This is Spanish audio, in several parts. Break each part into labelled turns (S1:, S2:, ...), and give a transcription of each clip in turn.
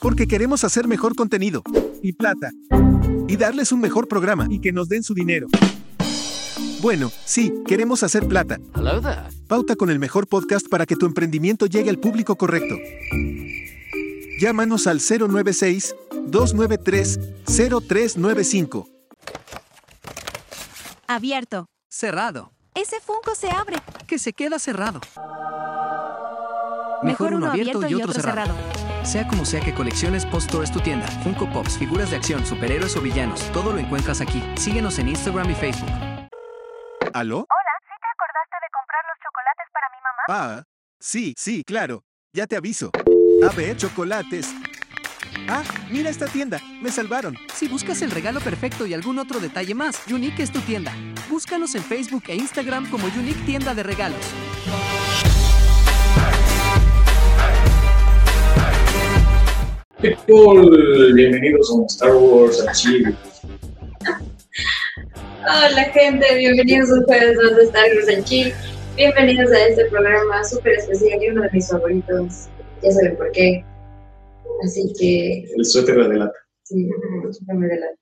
S1: Porque queremos hacer mejor contenido. Y plata. Y darles un mejor programa. Y que nos den su dinero. Bueno, sí, queremos hacer plata.
S2: Hello there.
S1: Pauta con el mejor podcast para que tu emprendimiento llegue al público correcto. Llámanos al 096-293-0395.
S3: Abierto.
S4: Cerrado.
S3: Ese Funko se abre.
S4: Que se queda cerrado.
S3: Mejor uno abierto y otro cerrado.
S4: Sea como sea que colecciones Poststore es tu tienda. Funko Pops, figuras de acción, superhéroes o villanos. Todo lo encuentras aquí. Síguenos en Instagram y Facebook.
S1: ¿Aló?
S5: Hola, ¿sí te acordaste de comprar los chocolates para mi mamá?
S1: Ah, sí, sí, claro. Ya te aviso. A ver, chocolates. Ah, mira esta tienda. Me salvaron.
S4: Si buscas el regalo perfecto y algún otro detalle más, Unique es tu tienda. Búscanos en Facebook e Instagram como Unique Tienda de Regalos.
S6: ¿Qué tal? Bienvenidos a un Star Wars Archive.
S7: Hola gente, bienvenidos a un jueves más de Star Wars en Chile. Bienvenidos a este programa súper especial y uno de mis favoritos. Ya saben por qué. Así que,
S6: El suéter de lata.
S7: sí, déjame de lado.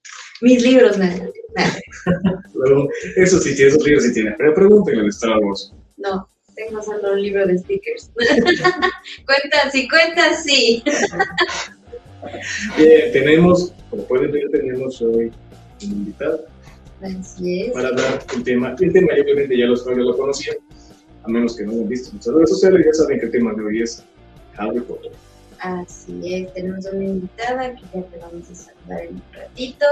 S7: Mis libros, nada, nada.
S6: Luego, eso sí tiene, esos libros sí tiene. Pero pregúntenle de Star Wars.
S7: No, tengo solo un libro de stickers. cuenta sí, cuenta sí.
S6: Bien, Eh, tenemos, como pueden ver, tenemos hoy un invitado
S7: Así es.
S6: para hablar el tema. El tema yo obviamente ya los ya lo conocían, a menos que no lo han visto en nuestras redes sociales, ya saben que el tema de hoy es Harry Potter.
S7: Así es, tenemos una invitada que ya te vamos a saludar en un ratito.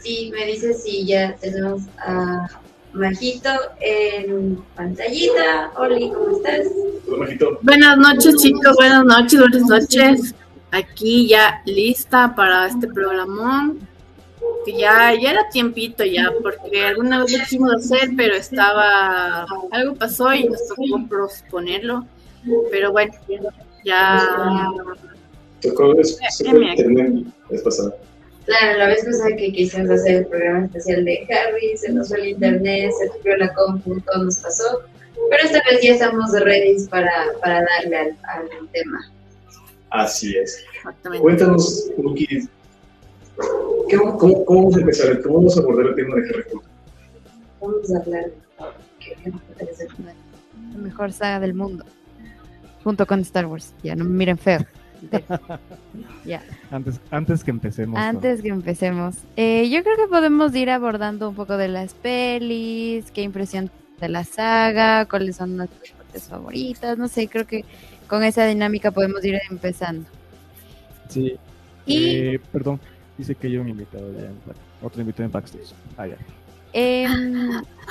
S7: Si me dices si ya tenemos a Majito en pantallita. Oli, ¿cómo estás?
S6: Hola, Majito.
S8: Buenas noches, chicos. Buenas noches, buenas noches. Aquí ya lista para este programón. Que ya, ya era tiempito ya, porque alguna vez lo quisimos hacer, pero estaba. Algo pasó y nos tocó posponerlo. Pero bueno, ya.
S6: Tocó, es, se fue el internet, es pasado.
S7: Claro, la vez pasada que quisimos hacer el programa especial de Harry, se nos fue el internet, se rompió la compu, todo nos pasó. Pero esta vez ya estamos ready para, para darle al, al tema.
S6: Así es.
S8: Exactamente.
S6: Cuéntanos, Luki, ¿qué- cómo, ¿cómo vamos a empezar? ¿Cómo vamos a abordar el tema de Harry Potter?
S7: Vamos a hablar de
S9: La mejor saga del mundo. Junto con Star Wars. Ya no me miren feo. De-
S10: Antes, antes que empecemos. con-
S9: Antes que empecemos, eh, yo creo que podemos ir abordando un poco de las pelis, qué impresión de la saga, cuáles son nuestras partes favoritas, no sé, creo que con esa dinámica podemos ir empezando.
S10: Sí.
S9: Y-
S10: eh, perdón, dice que hay un invitado ya en back- Otro invitado en backstage. Ah, ya.
S9: Em,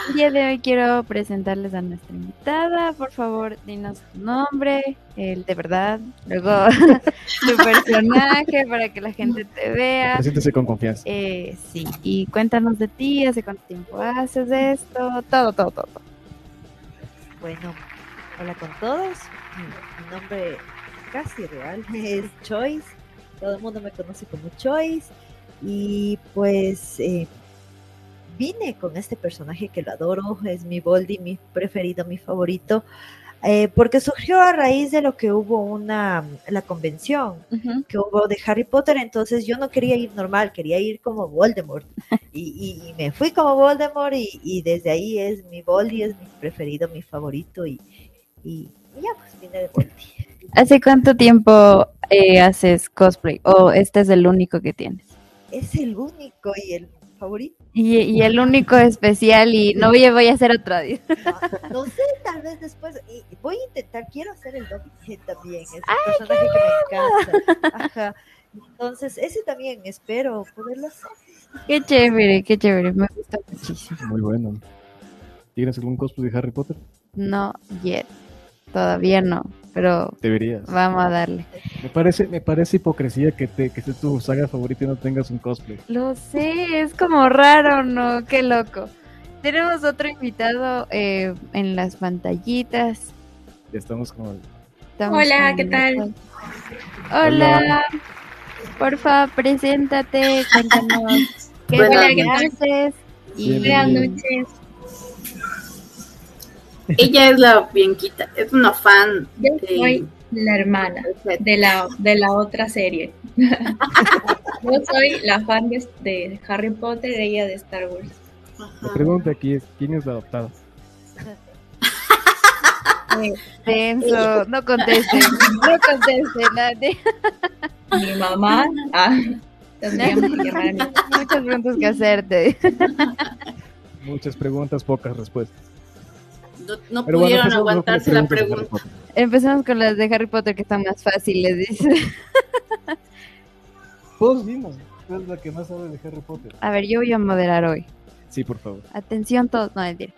S9: el día de hoy quiero presentarles a nuestra invitada. Por favor, dinos tu nombre, el de verdad, luego tu personaje para que la gente te vea.
S10: Preséntese con confianza.
S9: Eh, sí, y cuéntanos de ti, hace cuánto tiempo haces esto, todo, todo, todo. todo.
S11: Bueno, hola con todos. Mi mi nombre casi real es Choice. Todo el mundo me conoce como Choice. Y pues eh, vine con este personaje que lo adoro. Es mi Boldy, mi preferido, mi favorito. eh, porque surgió a raíz de lo que hubo una la convención que hubo de Harry Potter, entonces yo no quería ir normal, quería ir como Voldemort. Y, y- y me fui como Voldemort y, y desde ahí es mi Voldy, es mi preferido, mi favorito y, y ya pues vine de Voldy.
S9: ¿Hace cuánto tiempo eh, haces cosplay? ¿O este es el único que tienes?
S11: Es el único y el favorito.
S9: Y, y el único especial y no voy a, voy a hacer otro.
S11: No, no sé, tal vez después y voy a intentar, quiero hacer el Dobby también, es un personaje que me encanta. Ajá. Entonces, ese también espero poderlo hacer.
S9: Qué chévere, qué chévere, me gusta muchísimo.
S10: Muy bueno. ¿Tienes algún cosplay de Harry Potter?
S9: No, yet, todavía no, pero
S10: Deberías.
S9: vamos a darle.
S10: Me parece, me parece hipocresía que, te, que sea tu saga favorita y no tengas un cosplay.
S9: Lo sé, es como raro, ¿no? Qué loco. Tenemos otro invitado eh, en las pantallitas.
S10: Ya estamos como.
S9: Estamos
S3: Hola,
S9: con
S3: ¿qué tal?
S9: los- Hola. Porfa, preséntate, cuéntanos qué es lo
S3: Hola,
S9: que
S3: ¿qué tal?
S9: haces y
S3: Buenas
S10: Bienvenido.
S3: noches.
S8: Ella es la bienquita, es una fan
S3: Yo
S8: de,
S3: soy
S2: la hermana de la, de la otra serie. Yo soy la fan de, de Harry Potter y ella de Star Wars.
S10: La pregunta aquí es, ¿quién es la adoptada?
S9: Tenso, no conteste, no conteste nadie.
S2: Mi mamá. Ah, tendríamos que llamar a mi-
S9: Muchas preguntas que hacerte.
S10: Muchas preguntas, pocas respuestas.
S8: No, no
S10: Pero bueno,
S8: pudieron
S10: empezamos con
S8: aguantarse la
S10: preguntas de Harry
S8: pregunta.
S9: Empezamos con las de Harry Potter que están más fáciles, dice.
S10: Potter. Todos vimos. ¿Cuál es la que más sabe de Harry Potter?
S9: A ver, yo voy a moderar hoy.
S10: Sí, por favor.
S9: Atención todos, no mentira.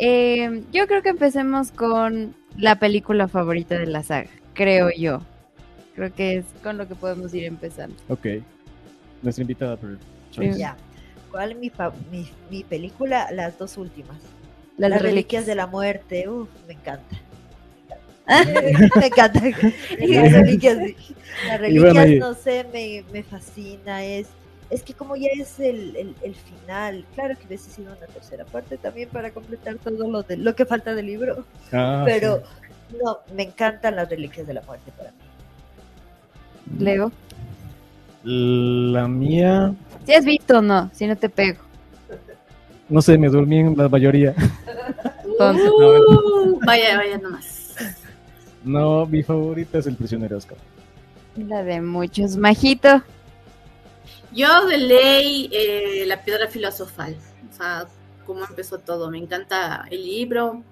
S9: Eh, yo creo que empecemos con la película favorita de la saga, creo yo. Creo que es con lo que podemos ir empezando.
S10: Ok. Nuestra invitada, por Mm.
S9: Choice.
S11: Ya. ¿Cuál mi, pa- mi, mi película? Las dos últimas.
S9: Las reliquias.
S11: Las, reliquias. de la muerte. Uf, me encanta. me encanta. Las reliquias, las
S10: Y bueno,
S11: reliquias,
S10: y-
S11: no sé, me, me fascina. Es, es que como ya es el, el- el final, claro que hubiese sido una tercera parte también para completar todo lo, de, lo que falta del libro.
S10: Ah,
S11: Pero no, me encantan las reliquias de la muerte para mí.
S9: Leo.
S10: La mía,
S9: Si has visto o no, si no te pego.
S10: no sé, me dormí en la mayoría.
S9: Entonces,
S8: Uh, vaya, vaya nomás.
S10: No, mi favorita es El prisionero de Azkaban.
S9: la de muchos. Majito.
S8: Yo de ley eh, la piedra filosofal, o sea, cómo empezó todo. Me encanta el libro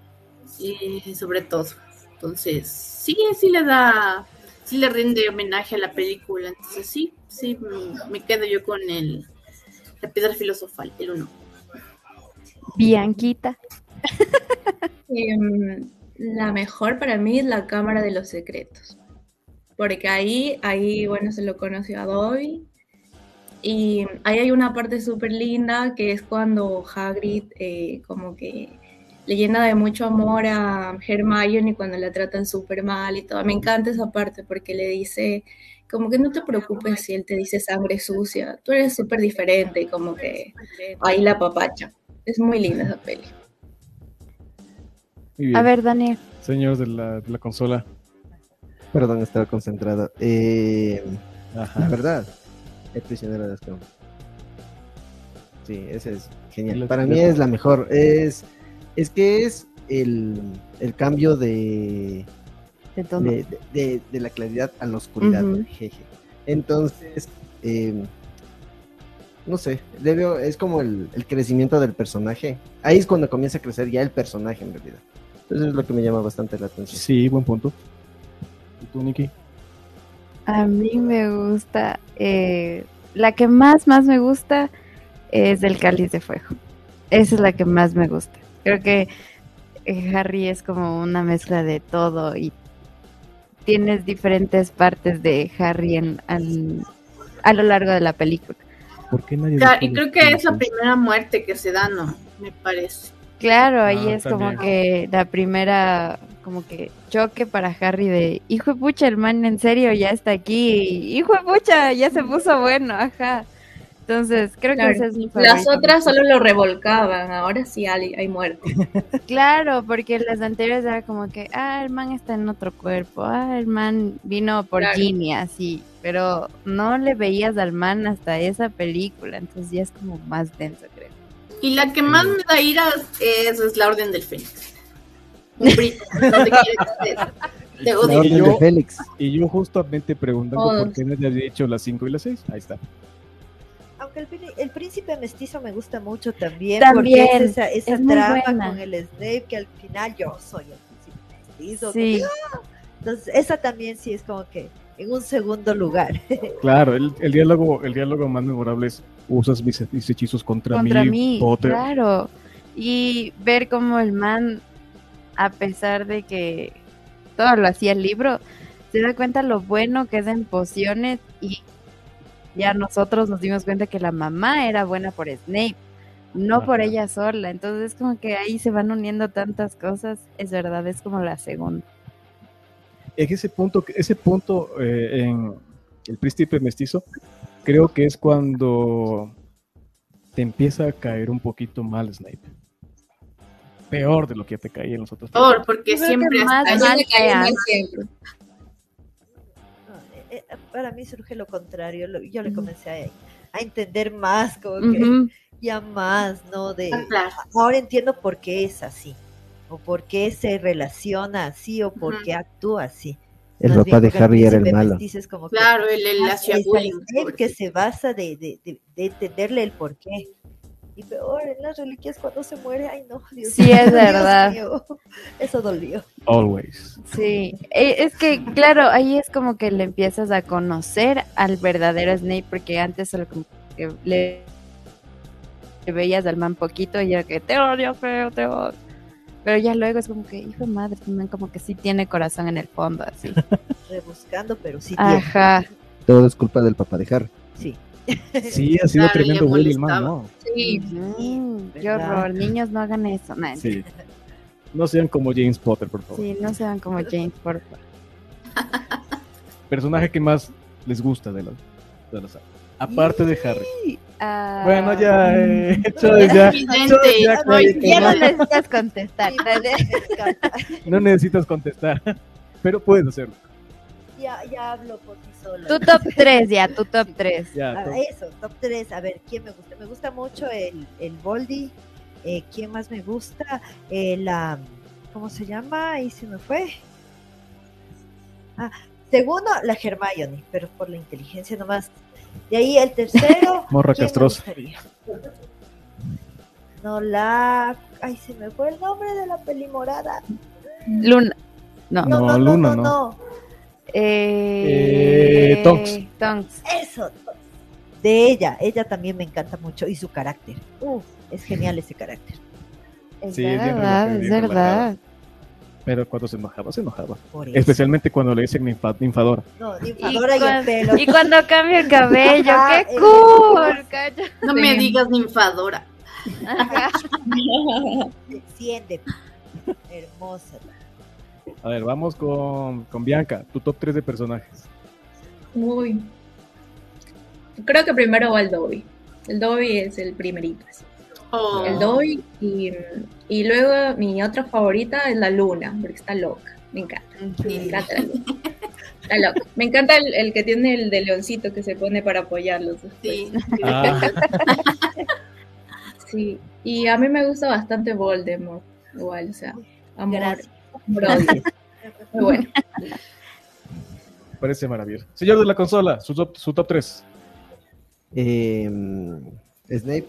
S8: y sobre todo. Entonces, sí, sí le da, sí le rinde homenaje a la película. Entonces, sí, sí, me, me quedo yo con el, la piedra filosofal, el uno.
S9: Bianquita.
S2: Em, la mejor para mí es la Cámara de los Secretos. Porque ahí, ahí, bueno, se lo conoció a Dobby. Y ahí hay una parte súper linda que es cuando Hagrid eh, como que le llena de mucho amor a Hermione y cuando la tratan súper mal y todo. Me encanta esa parte porque le dice como que no te preocupes si él te dice sangre sucia. Tú eres súper diferente, como que ahí la papacha. Es muy linda esa peli.
S10: Muy bien.
S9: A ver, Daniel.
S10: Señores de la, de la consola.
S12: Perdón, estaba concentrado. Eh,
S10: Ajá.
S12: la verdad, el prisionero de Azkaban. Sí, ese es
S10: Y
S12: genial.
S10: la-
S12: Para
S10: la-
S12: mí es la mejor. Es, es que es el, el cambio de,
S9: De tono.
S12: de, de- de la claridad a la oscuridad.
S9: Ujú.
S12: Jeje. Entonces, eh, no sé, le veo- es como el, el crecimiento del personaje. Ahí es cuando comienza a crecer ya el personaje en realidad. Entonces es lo que me llama bastante la atención.
S10: Sí, buen punto. ¿Y tú, Nikki?
S9: A mí me gusta. eh, la que más, más me gusta es El Cáliz de Fuego. Esa es la que más me gusta. Creo que eh, Harry es como una mezcla de todo y tienes diferentes partes de Harry en- al- a lo largo de la película.
S10: ¿Por qué nadie
S8: O sea,
S10: dijo
S8: y
S10: los
S8: creo que es la
S10: Beatles?
S8: primera muerte que se da, ¿no? Me parece.
S9: Claro, ahí
S10: Ah,
S9: es como
S10: también.
S9: que la primera, como que choque para Harry de, hijo de pucha, el man en serio ya está aquí, hijo de pucha, ya se puso bueno, ajá. Entonces, creo
S2: Claro,
S9: que esa es mi
S2: Las
S9: favorita.
S2: otras solo lo revolcaban, ahora sí hay, hay muerte.
S9: Claro, porque las anteriores era como que, ah, el man está en otro cuerpo, ah, el man vino por
S2: Claro.
S9: Ginny, así, pero no le veías al man hasta esa película, entonces ya es como más denso, creo.
S8: Y la que más me da ira es, es la Orden del Fénix. Un brillo, no te quiero decir. Te
S12: La
S8: odio.
S12: orden
S10: yo-
S12: de Félix.
S10: Y yo justamente preguntando por
S9: Oh.
S2: Todos.
S10: qué nadie había dicho las 5 y las 6. Ahí está.
S11: Aunque el, prín- el príncipe mestizo me gusta mucho también,
S9: También,
S11: porque es esa, esa
S9: es muy
S11: trama
S9: buena.
S11: con el Snape que al final yo soy el príncipe mestizo.
S9: Sí,
S11: Entonces, esa también sí es como que en un segundo lugar.
S10: Claro, el, el diálogo, el diálogo más memorable es usas mis, mis hechizos contra,
S9: contra
S10: mí,
S9: mí,
S10: Potter".
S9: claro. Y ver cómo el man, a pesar de que todo lo hacía el libro, se da cuenta lo bueno que es en pociones y ya nosotros nos dimos cuenta que la mamá era buena por Snape, no por
S10: Ajá.
S9: ella sola. Entonces como que ahí se van uniendo tantas cosas, es verdad, es como la segunda.
S10: Es que ese punto, ese punto eh, en El Príncipe Mestizo, creo que es cuando te empieza a caer un poquito mal Snape. Peor de lo que te caía en los otros.
S8: Por, porque
S9: Yo creo que
S8: siempre
S9: más
S8: hasta
S9: mal
S8: ahí.
S9: que antes.
S11: eh, para mí surge lo contrario. lo- yo le comencé a, a entender más, como que
S9: Ujú.
S11: ya más, ¿no? De ahora entiendo por qué es así, o por qué se relaciona así, o por qué actúa así.
S12: El
S11: Más
S12: papá
S11: bien,
S12: de
S11: porque al
S12: Harry era el
S11: príncipe
S12: malo.
S11: mestizo es como que-
S8: Claro, él- él
S11: Ah,
S8: hacía
S11: es
S8: bullying.
S11: él que se basa de, de- de- de entenderle el por qué. Y peor, en las reliquias cuando se muere, ay no, Dios
S9: Sí,
S11: mío,
S9: es
S11: Dios
S9: verdad.
S11: mío. Eso dolió.
S9: Oh.
S10: Always.
S9: Sí, eh, es que claro, ahí es como que le empiezas a conocer al verdadero Snape, porque antes solo como que le, le veías al man poquito y era que te odio feo, te odio. Pero ya luego es como que, hijo de madre, este man como que sí tiene corazón en el fondo, así.
S11: Rebuscando, pero sí tiene.
S9: Ajá.
S12: Todo es culpa del papá de Harry.
S11: Sí.
S10: Sí, ha sido
S11: Claro, ya
S10: tremendo bullying, man,
S11: molestaba.
S10: ¿no?
S11: Sí.
S9: Mm, qué
S11: ¿verdad?
S9: horror, niños no hagan eso. Nah,
S10: Sí. No sean como James Potter, por favor.
S9: sí, no sean como James, por favor.
S10: Personaje que más les gusta de la, de la saga. Aparte de Harry.
S9: Ah.
S10: Bueno, ya, eh, Choy, ya, Choy, ya,
S9: No,
S10: cállate,
S9: ya no
S10: man.
S9: necesitas contestar.
S10: No necesitas contestar, pero puedes hacerlo.
S11: Ya, ya hablo por ti solo.
S9: Tu top 3, ya, tu top 3.
S10: Ya, top-
S11: Ah, Eso, top 3. A ver, ¿quién me gusta? Me gusta mucho el, el Boldi. Eh, ¿Quién más me gusta? Eh, la, ¿Cómo se llama? Ahí se me fue. Ah, segundo, la Hermione, pero por la inteligencia nomás. De ahí el tercero.
S10: Morra
S11: ¿quién me
S10: castrosa.
S11: gustaría? No, la. Ay, se me fue el nombre de la peli morada.
S9: Luna. No,
S10: No, No, no, Luna no, no.
S9: Eh,
S10: Eh, Tonks.
S11: Eso. De ella, ella también me encanta mucho y su carácter. Uf, es genial ese carácter.
S9: Es
S10: Sí, es bien
S9: verdad,
S10: relajada,
S9: es
S10: bien relajada.
S9: verdad.
S10: Pero cuando se enojaba, se enojaba.
S11: Por eso.
S10: Especialmente cuando le dicen ninfa- ninfadora.
S11: No,
S9: Y,
S11: ninfadora y, el
S9: cuan-
S11: pelo.
S9: y cuando cambia el cabello,
S11: Ajá,
S9: qué
S11: eh,
S9: cool. cacha.
S8: No me digas ninfadora.
S11: Enciende. Hermosa.
S10: A ver, vamos con, con Bianca, tu top 3 de personajes.
S2: Uy. Creo que primero va el Dobby. El Dobby es el primerito. así.
S8: Oh,
S2: El Dobby y, y luego mi otra favorita es la Luna, porque está loca. Me encanta. Me encanta la Luna. Está loca. Me encanta el, el que tiene el de leoncito que se pone para apoyarlos. Sí.
S10: Ah.
S2: sí. Y a mí me gusta bastante Voldemort. Igual, o sea, amor. amor, odio. Muy bueno.
S10: Parece maravilloso. Señor de la consola, su top, su top 3.
S12: Eh, Snape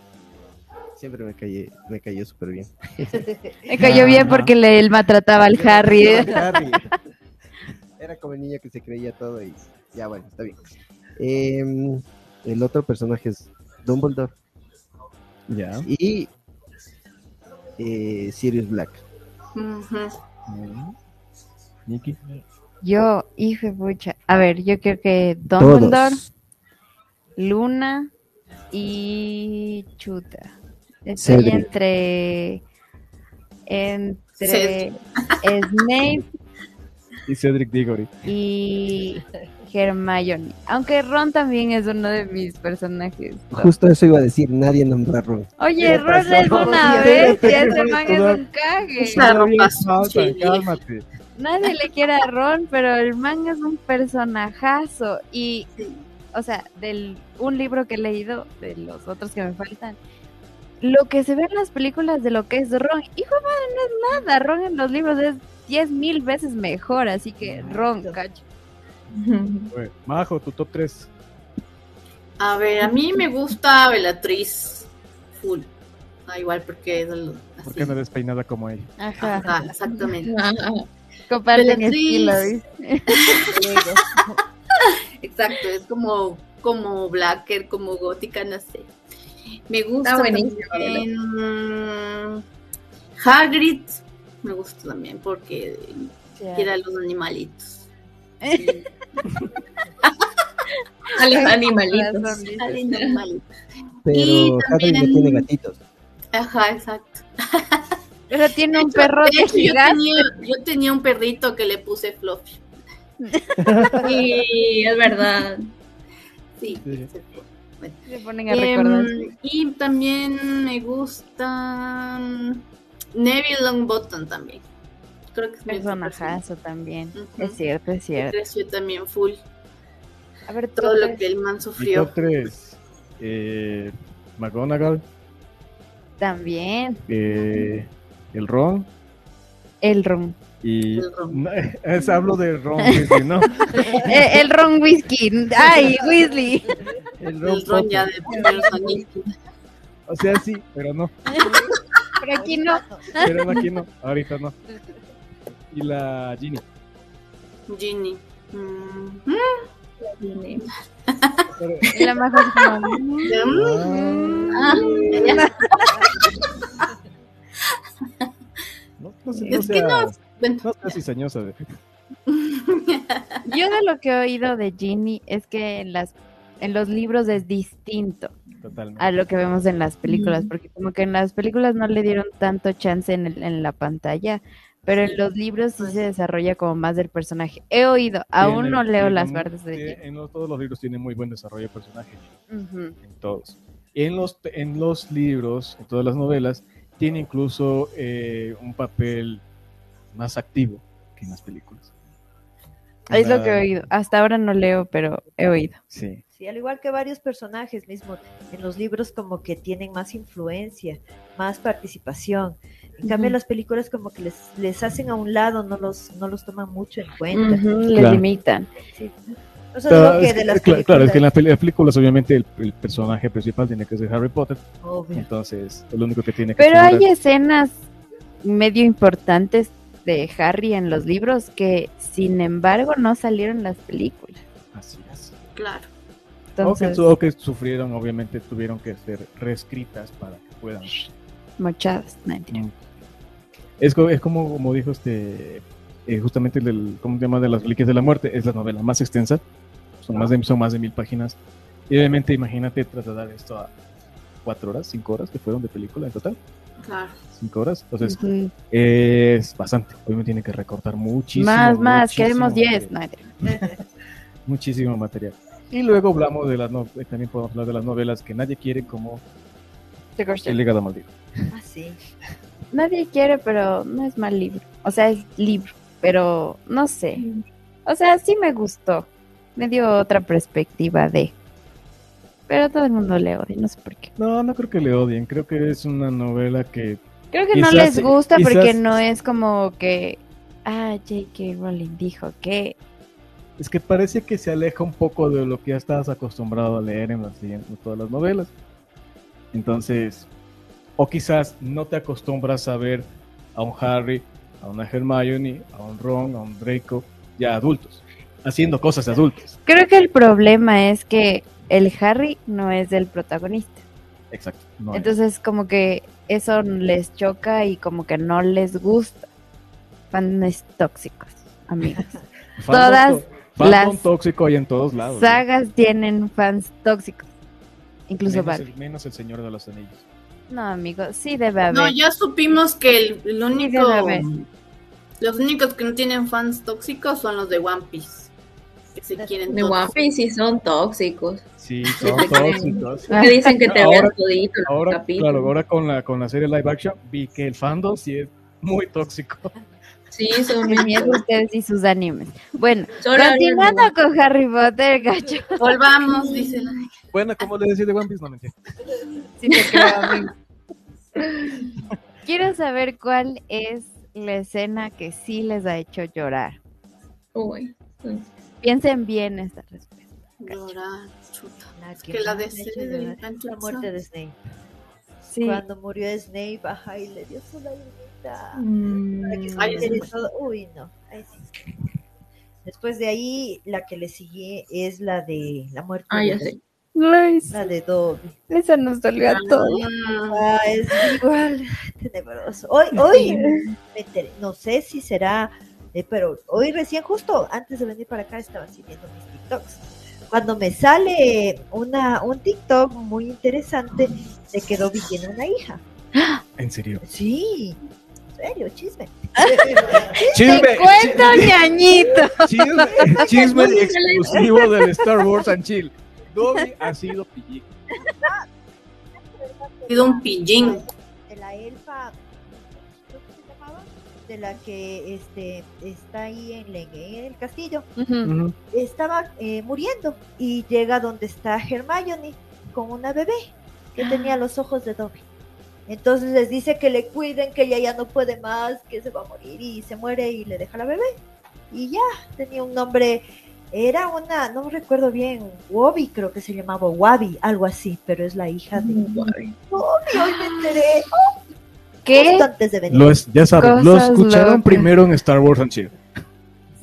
S12: siempre me, cayé, me cayó súper bien.
S9: Me cayó bien porque le, él maltrataba al Harry.
S12: Harry. Era como el niño que se creía todo y ya bueno, está bien. Eh, el otro personaje es Dumbledore.
S10: Ya.
S12: Y eh, Sirius Black.
S10: Nicky.
S9: Yo, hijo de pucha. A ver, yo creo que Dumbledore, Luna y Chuta. Estoy
S3: Cedric.
S9: entre. Entre
S3: Cedric.
S9: Snape
S10: Y Cedric Diggory.
S9: y Hermione. Aunque Ron también es uno de mis personajes.
S12: Justo eso iba a decir, nadie nombra a Ron.
S9: Oye, Ron es una bestia, ese man es un cague.
S10: Falta, cálmate.
S9: Nadie le quiere a Ron, pero el man es un personajazo. Y, o sea, del un libro que he leído, de los otros que me faltan, lo que se ve en las películas de lo que es Ron, hijo de madre, no es nada. Ron en los libros es diez mil veces mejor, así que Ron, cacho.
S10: Bueno, Majo, tu top 3.
S8: A ver, a mí me gusta Bellatriz full. Da igual porque es el-
S10: ¿Por qué no eres peinada como ella?
S9: Ajá.
S8: Ajá, exactamente.
S9: Comparten
S8: Bellatriz.
S9: estilo, ¿viste?
S8: Exacto, es como, como Blacker, como gótica, no sé. Me gusta
S2: Está buenísimo,
S8: también, mm, Hagrid, me gusta también porque
S9: Ya.
S8: quiere a los animalitos.
S2: A los animalitos.
S8: A los animalitos.
S12: Pero Harry no
S8: también-
S12: tiene gatitos.
S8: Ajá, exacto.
S9: Pero tiene un
S8: De hecho,
S9: perro
S8: de
S9: de
S8: hecho, yo
S9: gigante.
S8: tenía, yo tenía un perrito que le puse Fluffy.
S2: Sí, es verdad.
S8: Sí.
S9: Se ponen a recordar.
S8: Em, y también me gusta mm, Neville Longbottom también. Creo que es mi
S9: Personajazo también. Es cierto, es cierto.
S8: creció también full. A ver, todo lo
S9: pues,
S8: que el man
S10: Mi
S8: sufrió.
S10: top 3, eh, McGonagall,
S9: También.
S10: eh, el Ron
S9: El ron.
S10: y... No, es- hablo de Ron, Weasley, ¿no?
S9: Eh, el ron whisky. Ay, Weasley.
S10: El
S8: El ron ya de primeros años.
S10: O sea, sí, pero no.
S9: Pero aquí no.
S10: Pero aquí no, ahorita no. Y la Ginny.
S8: Ginny. Mm.
S9: La mejor como,
S8: Mm. Ah, ya.
S10: No sé,
S8: Es que no-
S10: No seas cizañosa, ve.
S9: Yo de lo que he oído de Ginny es que en las en los libros es distinto
S10: Totalmente.
S9: a lo que vemos en las películas, porque como que en las películas no le dieron tanto chance en, el- en la pantalla, pero en los libros sí se desarrolla como más del personaje. He oído, aún
S10: Tiene-
S9: no leo
S10: tiene
S9: las
S10: un-
S9: partes de ella.
S10: En los- todos los libros tiene muy buen desarrollo de personaje.
S9: Ujú.
S10: en todos. En los, en los libros, en todas las novelas, tiene incluso eh, un papel más activo que en las películas.
S9: Es lo que he
S10: Nada-
S9: oído. Hasta ahora no leo, pero he oído.
S10: Sí.
S11: Sí, al igual que varios personajes mismo en los libros como que tienen más influencia, más participación. En cambio, en las películas como que les, les hacen a un lado, no los, no los toman mucho en cuenta.
S9: Ujú, le
S10: Claro.
S9: limitan.
S2: Mm.
S11: Sí. O sea, digo que
S10: es
S11: de
S10: que-
S11: las
S10: cla- claro, es que en
S11: películas,
S10: las pel- películas obviamente el, el personaje principal tiene que ser Harry Potter,
S11: obvio.
S10: entonces es lo único que tiene que
S9: Pero hay e-,
S10: figurar.
S9: escenas medio importantes de Harry en los libros que, sin embargo, no salieron en las películas.
S10: Así es.
S8: Claro.
S10: O que
S9: Entonces,
S10: Oh, su- o que sufrieron, obviamente tuvieron que ser reescritas para que puedan
S9: mochadas. No, mentira.
S10: Es, co- es como, como dijo este, eh, justamente el del, ¿cómo se llama? De las Reliquias de la Muerte, es la novela más extensa, son más de, son más de mil páginas. Y obviamente, imagínate trasladar esto a cuatro horas, cinco horas que fueron de película en total,
S8: Claro.
S10: cinco horas. Entonces,
S9: Ujú.
S10: es bastante. Obviamente, tiene que recortar muchísimo.
S9: más, más,
S10: muchísimo
S9: queremos 10.
S10: material,
S9: No, mentira.
S10: Muchísimo material. Y luego hablamos de las, no- eh, también podemos hablar de las novelas que nadie quiere, como
S9: The Cursed.
S10: El Legado Maldito.
S11: Ah, sí.
S9: Nadie quiere, pero no es mal libro. O sea, es libro, pero no sé. O sea, sí me gustó. Me dio otra perspectiva de. Pero todo el mundo le odia, no sé por qué.
S10: No, no creo que le odien, creo que es una novela que
S9: Creo que no
S10: Quizás-
S9: les gusta porque
S10: quizás-
S9: no es como que. Ah, J.K. Rowling dijo que.
S10: Es que parece que se aleja un poco de lo que ya estás acostumbrado a leer en, las, en todas las novelas. Entonces, o quizás no te acostumbras a ver a un Harry, a una Hermione, a un Ron, a un Draco, ya adultos, haciendo cosas de adultos.
S9: Creo que el problema es que el Harry no es el protagonista.
S10: Exacto. no es.
S9: Entonces, como que eso les choca y como que no les gusta. Fans tóxicos, amigos.
S10: Fandom
S9: todas
S10: to- fandom
S9: las
S10: tóxico hay en todos lados. ¿no?
S9: Sagas tienen fans tóxicos. Incluso
S10: menos,
S9: Barbie.
S10: el, menos el Señor de los Anillos.
S9: No, amigo, sí debe haber.
S8: No, ya supimos que el, el único.
S9: debe haber.
S8: Los únicos que no tienen fans tóxicos son los de One Piece. Que se quieren
S2: De
S8: todos.
S2: One Piece sí son tóxicos.
S10: Sí, son
S2: Desde que-
S10: tóxicos.
S2: Que dicen que te
S10: Ahora-
S2: veas todito los
S10: Ahora,
S2: capítulos.
S10: claro, ahora con la, con la serie live action vi que el fandom sí es muy tóxico.
S2: Sí, son
S9: Mi
S2: bien
S9: mierda ustedes y sus animes. Bueno,
S2: Solo
S9: continuando
S2: hablan
S9: con Harry Potter, gacho.
S8: Volvamos, dice la.
S10: Bueno, como le decía de One Piece, no mentira.
S9: Sí te creo, amigo. Quiero saber cuál es la escena que sí les ha hecho llorar.
S2: Uy, sí.
S9: Piensen bien esta respuesta.
S8: Llorar, chuta.
S11: La
S8: Es que la
S11: más
S8: de
S11: me ha hecho
S8: Snape
S11: llorar
S8: me
S11: es
S8: encanta.
S11: la muerte de Snape.
S9: Sí.
S11: Cuando murió Snape, ajá, y le dio su lagrimita. Para que se
S8: Mm. Ay,
S11: entere
S8: esa fue.
S11: todo. Uy, no. Ay, sí. Después de ahí, la que le sigue es la de la muerte
S2: Ah,
S11: de
S2: ya
S11: Dobby,
S2: sé.
S9: Luis,
S11: la de Dobby.
S9: esa nos dolió a todos.
S8: Ah,
S11: Ah, es igual, tenebroso. Hoy, hoy, me enteré, no sé si será, eh, pero hoy recién justo, antes de venir para acá, estaba siguiendo mis TikToks. Cuando me sale una, un TikTok muy interesante de que Dobby tiene una hija.
S10: En serio.
S11: Sí, en serio, chisme.
S10: Chisme,
S9: Te cuento, ñañito.
S10: chisme,
S9: Este
S10: chisme exclusivo del Star Wars and Chill. Dobby ha sido pillico.
S8: Ha sido un pillín.
S11: De la elfa, creo que se llamaba, de la que este está ahí en, la- en el castillo,
S13: Ujú.
S11: estaba eh, muriendo y llega donde está Hermione con una bebé que tenía los ojos de Dobby. Entonces les dice que le cuiden, que ella ya no puede más, que se va a morir y se muere y le deja la bebé. Y ya, tenía un nombre, era una, no recuerdo bien, Wobby creo que se llamaba, Wabi, algo así, pero es la hija de... Wabi, hoy me enteré. ¡Oh! Justo antes de venir.
S10: Lo es- ya saben, lo
S9: Cosas
S10: escucharon
S9: locas.
S10: primero en Star Wars and Chill.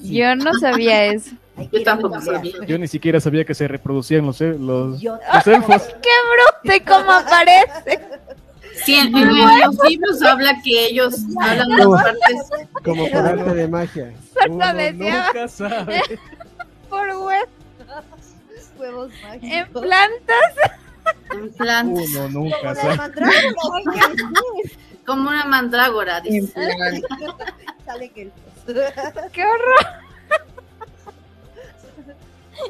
S9: Yo no sabía eso.
S8: Yo tampoco sabía.
S10: Yo ni siquiera sabía que se reproducían los, e- los,
S11: Yo
S10: los elfos.
S9: ¡Qué bruto y cómo aparece!
S8: Sí, en, en los libros habla que ellos hablan de
S12: Como-
S8: las partes.
S12: Como por arte de magia.
S9: Solo deseaba.
S10: nunca sabe.
S9: Por huevos.
S11: Huevos
S9: En plantas.
S8: En plantas.
S10: Uno nunca
S8: Como la
S10: sabe.
S8: Como una mandrágora, dice.
S11: Salen elfos.
S9: ¡Qué horror!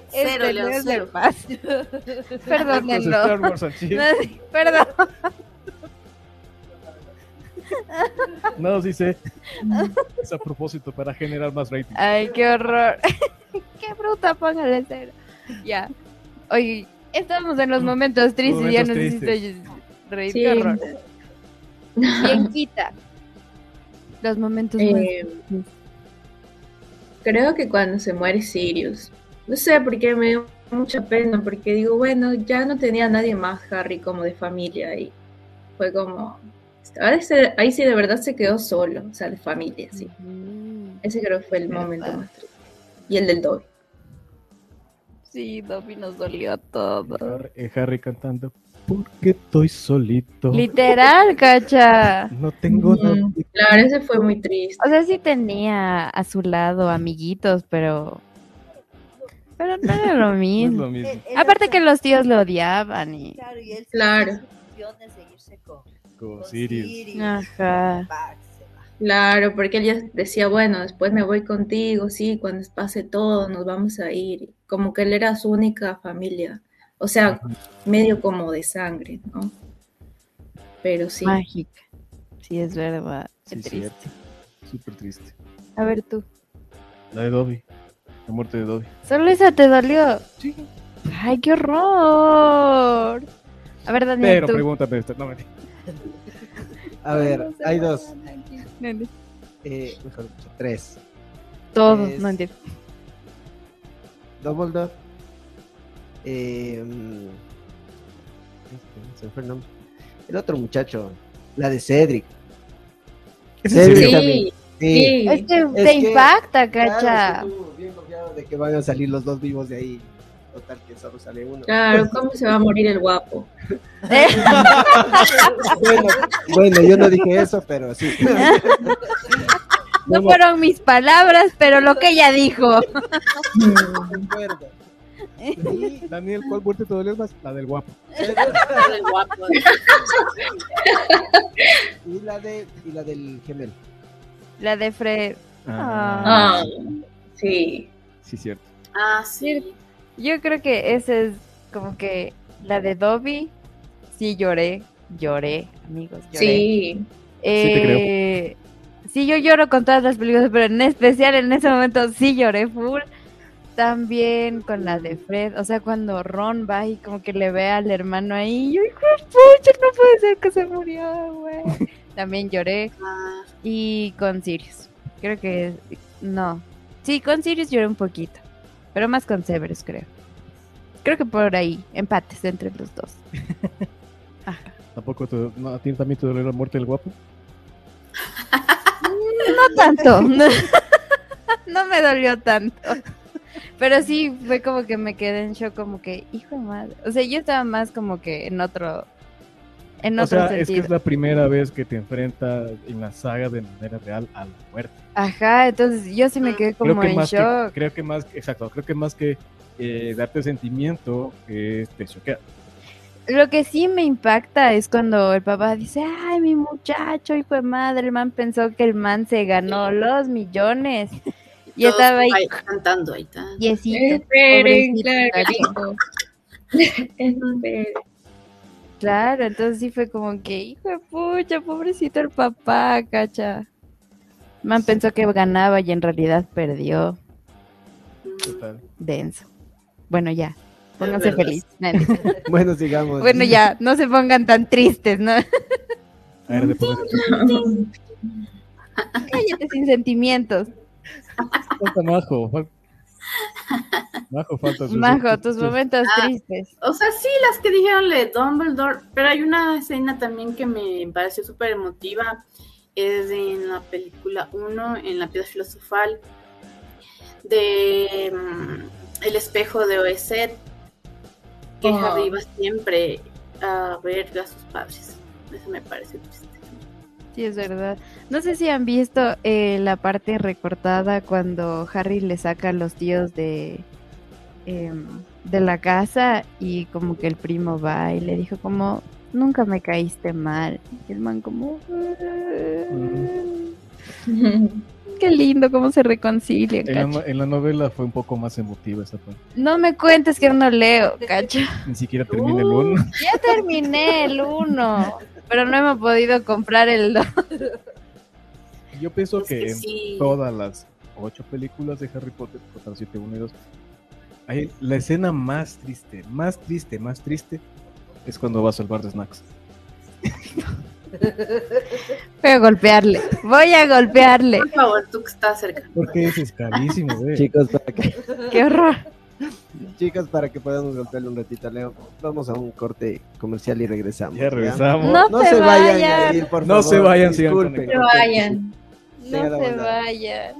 S8: Cero,
S9: Este
S8: Leo,
S9: no es
S8: cero.
S9: del paz.
S10: Los Star
S9: Perdónenlo.
S10: Wars and Chill.
S9: No, sí, perdón.
S10: Nada nos dice. Es a propósito para generar más rating.
S9: Ay, qué horror. qué bruta, póngale cero. Ya. Oye, estamos en los momentos tristes y ya nos
S10: Momentos
S9: hiciste reír.
S2: Sí.
S9: Qué horror.
S2: Em,
S9: Bien quita. Los momentos
S2: Eh,
S9: buenos.
S2: Creo que cuando se muere Sirius. No sé por qué me dio mucha pena, porque digo, bueno, ya no tenía a nadie más Harry como de familia y fue como... Ahora se- ahí sí de verdad se quedó solo, o sea, de familia, sí. Ese creo que fue el momento más triste. Y el del Dobby.
S9: Sí, Dobby nos dolió todo.
S10: Eh, Harry cantando. Porque estoy solito.
S9: Literal, cacha.
S10: No tengo nada.
S2: Claro, ese fue muy triste.
S9: O sea, sí tenía a su lado amiguitos, pero. Pero no era lo mismo.
S10: lo mismo.
S11: El- el
S9: Aparte que los tíos lo odiaban y.
S11: Claro, y él
S2: Claro.
S11: claro. de irse con
S10: Con Sirius.
S11: Sirius.
S9: Ajá.
S2: Claro, porque él ya decía, bueno, después me voy contigo, sí, cuando pase todo, nos vamos a ir. Como que él era su única familia, o sea, medio como de sangre, ¿no? Pero sí.
S9: Mágica. Sí, es verdad. Qué
S10: Sí,
S9: triste.
S10: cierto. Súper triste.
S9: A ver tú.
S10: La de Dobby. La muerte de Dobby.
S9: ¿Solo esa te dolió? Sí. ¡Ay, qué horror! A ver, Daniel,
S10: Pero
S9: tú.
S10: pregúntame esta. No, mentira.
S12: A ver, hay dos.
S9: Daniel.
S12: Eh, mejor dicho, tres.
S9: Todos,
S12: Es
S9: no entiendo.
S12: Dumbledore. Eh, mm, este, se me fue el nombre. El otro muchacho. La de Cedric.
S10: ¿Es
S9: en
S12: Cedric
S9: serio?
S12: también. Sí.
S9: Es que
S12: Es
S9: te
S12: que-
S9: impacta,
S12: claro,
S9: cacha.
S12: es que tú, bien confiado de que van a salir los dos vivos de ahí. Total, que solo sale uno.
S2: Claro, ¿cómo se va a morir el guapo?
S12: bueno, bueno, yo no dije eso, pero sí.
S9: No fueron mis palabras, pero lo que ella dijo.
S10: Daniel, ¿cuál muerte te dolió más? La del guapo.
S8: Del guapo.
S12: y, la de, y la del gemelo.
S9: La de Fred.
S10: Ah.
S9: Ah.
S2: Sí.
S10: Sí, cierto.
S8: Ah, sí.
S9: Yo creo que esa es como que la de Dobby. Sí, lloré, lloré, amigos. Lloré.
S2: Sí.
S10: te creo.
S9: Eh, sí, yo lloro con todas las películas, pero en especial en ese momento sí lloré full. También con la de Fred, o sea, cuando Ron va y como que le ve al hermano ahí, yo digo, pucha, no puede ser que se murió, güey. También lloré.
S8: Ah,
S9: Y con Sirius, creo que no. Sí, con Sirius lloré un poquito, pero más con Severus, creo. Creo que por ahí, empates entre los dos.
S10: ¿Tampoco te, no, ¿A ti también te dolió la muerte del guapo?
S9: No tanto. No, no me dolió tanto. Pero sí fue como que me quedé en shock, como que, hijo de madre. O sea, yo estaba más como que en otro. En
S10: o
S9: otro
S10: sea, es que
S9: sentido.
S10: es la primera vez que te enfrenta en la saga de manera real a la muerte.
S9: Ajá, entonces yo sí me quedé como
S10: creo que
S9: en
S10: más
S9: shock.
S10: que, creo que más, exacto, creo que más que eh, darte sentimiento es te choquea.
S9: Lo que sí me impacta es cuando el papá dice, ay, mi muchacho, hijo de madre, el man pensó que el man se ganó los millones. Y
S8: Todos
S9: estaba ahí,
S8: ahí cantando ahí está.
S9: diecito,
S2: Esperen,
S9: pobrecito,
S2: claro. Esperen.
S9: Claro, entonces sí fue como que, hijo de pucha, pobrecito el papá, cacha. Man pensó que ganaba y en realidad perdió.
S8: Mm.
S12: Total.
S9: Denso. Bueno, ya. Pónganse
S12: verdad.
S9: feliz.
S12: Bueno, sigamos.
S10: Pues
S9: bueno, ya. No se pongan tan tristes, ¿no?
S10: A ver, después de
S9: Cállate sin sentimientos.
S10: falta Majo. fal- Majo falta su-
S9: Majo, tus
S10: su-
S9: momentos
S8: Ah,
S9: tristes.
S8: O sea, sí, las que dijeron de Dumbledore, pero hay una escena también que me pareció súper emotiva. Es en la película 1, en la piedra filosofal, de mm, El espejo de Oeset, que
S2: Oh.
S8: Harry va siempre a ver a sus padres. Eso me parece triste.
S9: Sí, es verdad. No sé si han visto eh, la parte recortada cuando Harry le saca a los tíos de, em, de la casa y como que el primo va y le dijo como, nunca me caíste mal. Y el man como, qué lindo cómo se reconcilian.
S10: En la,
S9: cacho.
S10: no- en la novela fue un poco más emotiva esa parte.
S9: No me cuentes que no leo, cacho.
S10: Ni siquiera termina el uno.
S9: Ya terminé el uno, pero no hemos podido comprar el dos.
S10: Yo pienso que,
S9: que
S10: en
S9: sí.
S10: todas las ocho películas de Harry Potter, total siete, uno y dos, hay- la escena más triste, más triste, más triste es cuando va a salvar de Snacks.
S9: Voy a golpearle, voy a golpearle.
S8: Por favor, tú que estás cerca.
S10: Porque ese es carísimo, güey.
S12: Chicos, para que,
S9: Qué horror.
S12: chicos, para que podamos golpearle un ratito a Leo, vamos a un corte comercial y regresamos.
S10: Ya regresamos.
S12: No,
S10: No
S12: se
S9: se
S12: vayan,
S9: vayan.
S12: Yair, por
S10: No
S12: favor,
S10: se vayan, sigan
S12: disculpen.
S10: conectados.
S2: se vayan.
S9: No
S12: Venga,
S9: se
S12: Damaná.
S9: vaya.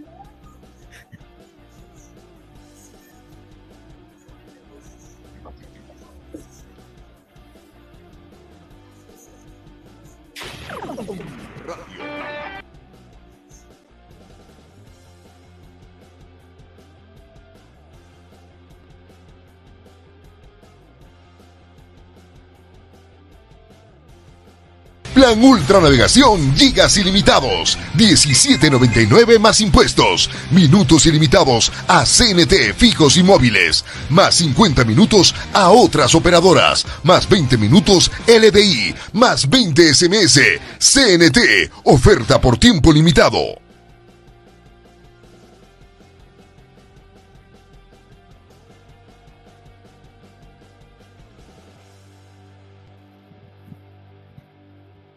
S13: Plan Ultra Navegación, gigas ilimitados, 17.99 más impuestos, minutos ilimitados a CNT fijos y móviles, más 50 minutos a otras operadoras, más 20 minutos LTI, más 20 SMS, CNT, oferta por tiempo limitado.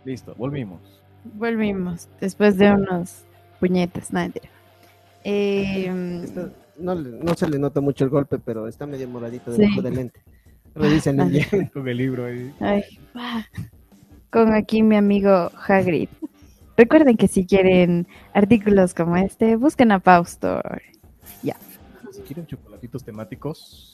S10: Listo, volvimos.
S9: Volvimos después de unos puñetas, nada. mentira. Eh,
S12: Esto- no, le- no se le nota mucho el golpe, pero está medio moradito
S9: Sí.
S12: debajo del lente. Revisen
S9: Ah,
S12: bien.
S10: Con el libro ahí.
S9: ay, pa. con aquí mi amigo Hagrid. Recuerden que si quieren artículos como este, busquen a Pau Store. Ya,
S10: Si quieren chocolatitos temáticos,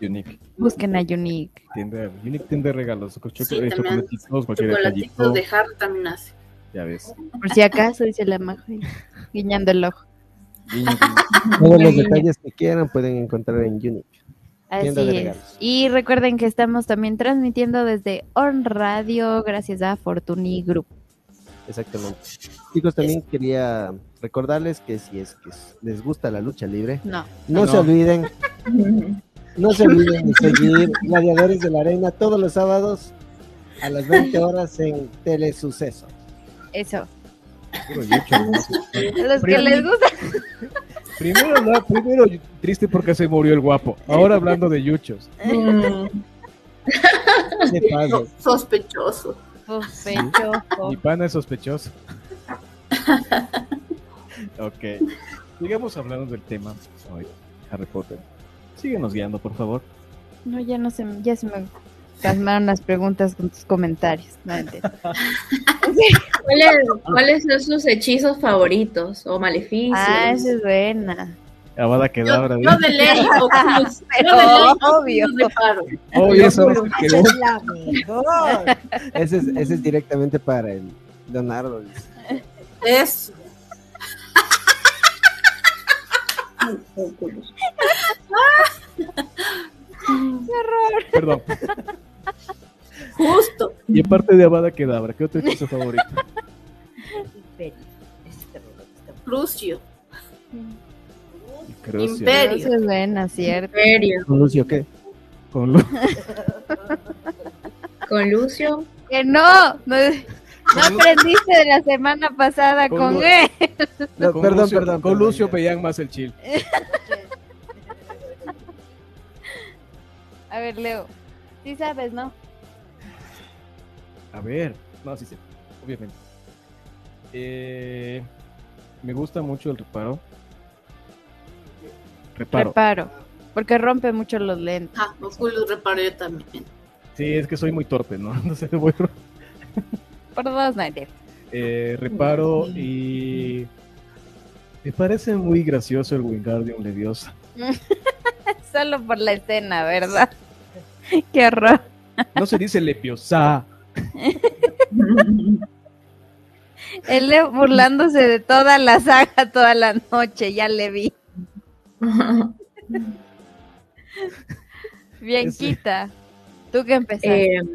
S10: Unique
S9: busquen a Unique.
S10: tiende, Unique tiende regalos. con choco-
S8: Sí,
S10: eh,
S8: también.
S10: chocolatitos, cualquier detallito.
S8: Chocolatitos de Harry también hace.
S10: Ya ves.
S9: Por si acaso, dice la maja, guiñando el ojo.
S12: Todos los detalles que quieran pueden encontrar en Unique. Tienda de
S9: Así es.
S12: regalos.
S9: Y recuerden que estamos también transmitiendo desde On Radio gracias a Fortuny Group.
S12: Exactamente. Chicos, también quería recordarles que si es que s- les gusta la lucha libre,
S9: No.
S12: no, se
S10: No.
S12: olviden, no se olviden de seguir Gladiadores de la Arena todos los sábados a las 20 horas en Telesuceso.
S9: Eso.
S10: Puro yucho, ¿no?
S9: A los que
S10: Primero-
S9: les gusta.
S10: Primero, no, primero triste porque se murió el guapo. Ahora hablando de yuchos.
S12: Se
S8: So- sospechoso.
S10: Mi
S9: pues, Sospechoso.
S10: pana es sospechoso. ok. Sigamos hablando del tema hoy, Harry Potter. Síguenos guiando, por favor.
S9: No, ya no se, me- ya se me plasmaron las preguntas con tus comentarios. No, mentira.
S2: ¿Cuáles, cuáles son sus hechizos favoritos o maleficios?
S9: ah, esa es buena.
S10: Avada Kedavra.
S2: yo de ley,
S8: Oculus.
S9: Pero
S8: Yo de ley,
S9: obvio.
S8: no me paro.
S10: Oh, y eso.
S12: Esa es Ese es, ese es directamente para el Leonardo.
S8: Es.
S10: Perdón.
S8: Justo.
S10: Y aparte de Avada Kedavra, ¿qué otro hechizo favorito?
S11: este
S8: Crucio.
S10: Crucio.
S8: Imperio.
S9: Esa es buena, ¿cierto?
S2: Imperio.
S12: ¿Con Lucio qué?
S10: Con Lu-
S2: Con Lucio.
S9: Que no. no- No aprendiste de la semana pasada
S10: Con
S9: con
S10: lo-
S9: él.
S10: con perdón, Lucio, perdón. Con Lucio veían más el chill.
S9: A ver, Leo. Sí sabes, ¿no?
S10: A ver. No, sí, sí. Obviamente. Eh, me gusta mucho el reparo. Reparo.
S9: Reparo. Porque rompe mucho los lentes.
S8: Ah, Oculus reparo yo también.
S10: Sí, es que soy muy torpe, ¿no? No sé, voy
S9: Por dos, nadie.
S10: Eh, reparo y. Me parece muy gracioso el Wingardium Leviosa.
S9: Solo por la escena, ¿verdad? Qué horror.
S10: No se dice Leviosa.
S9: Él Leo burlándose de toda la saga toda la noche, ya le vi. Bianquita, tú que empezaste.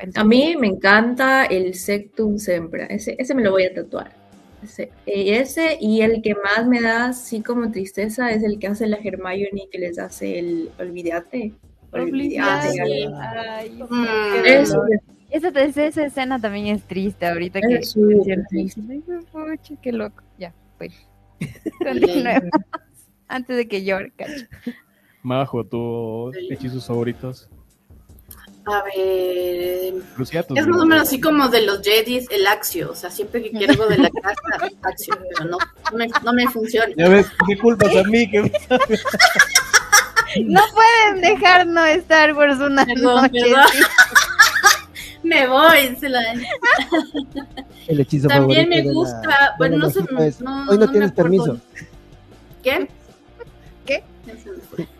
S2: Eh, a mí me encanta el Sectum Sempra. Ese, ese me lo voy a tatuar. Ese, eh, ese y el que más me da así como tristeza es el que hace la Hermione que les hace el olvídate. Olvídate. algo.
S9: Ay,
S8: Mm,
S2: Eso.
S9: Esa, esa- esa escena también es triste ahorita que
S2: Es súper
S9: mencionas. Ay, pucha, qué loco. Ya, pues. Continuemos. Antes de que llore, cacho.
S10: Majo, tus hechizos favoritos.
S8: A ver.
S10: Lucía, tus
S8: Es más o menos así como de los Jedis, el Axio. O sea, siempre que quiero algo de la casa, Axio. Pero no, no, me, no me funciona.
S10: Ya ves, qué culpas a mí que
S9: No pueden dejarnos Star Wars una
S8: Perdón,
S9: noche.
S8: perdón.
S9: sí.
S8: Me voy. Se la...
S12: El hechizo
S8: También
S12: favorito
S8: me
S12: de la-
S8: gusta,
S12: de la
S8: bueno, no sé,
S12: logia es,
S8: no-
S12: Hoy no,
S8: no me
S12: tienes
S8: acuerdo.
S12: permiso.
S8: ¿Qué?
S9: ¿Qué?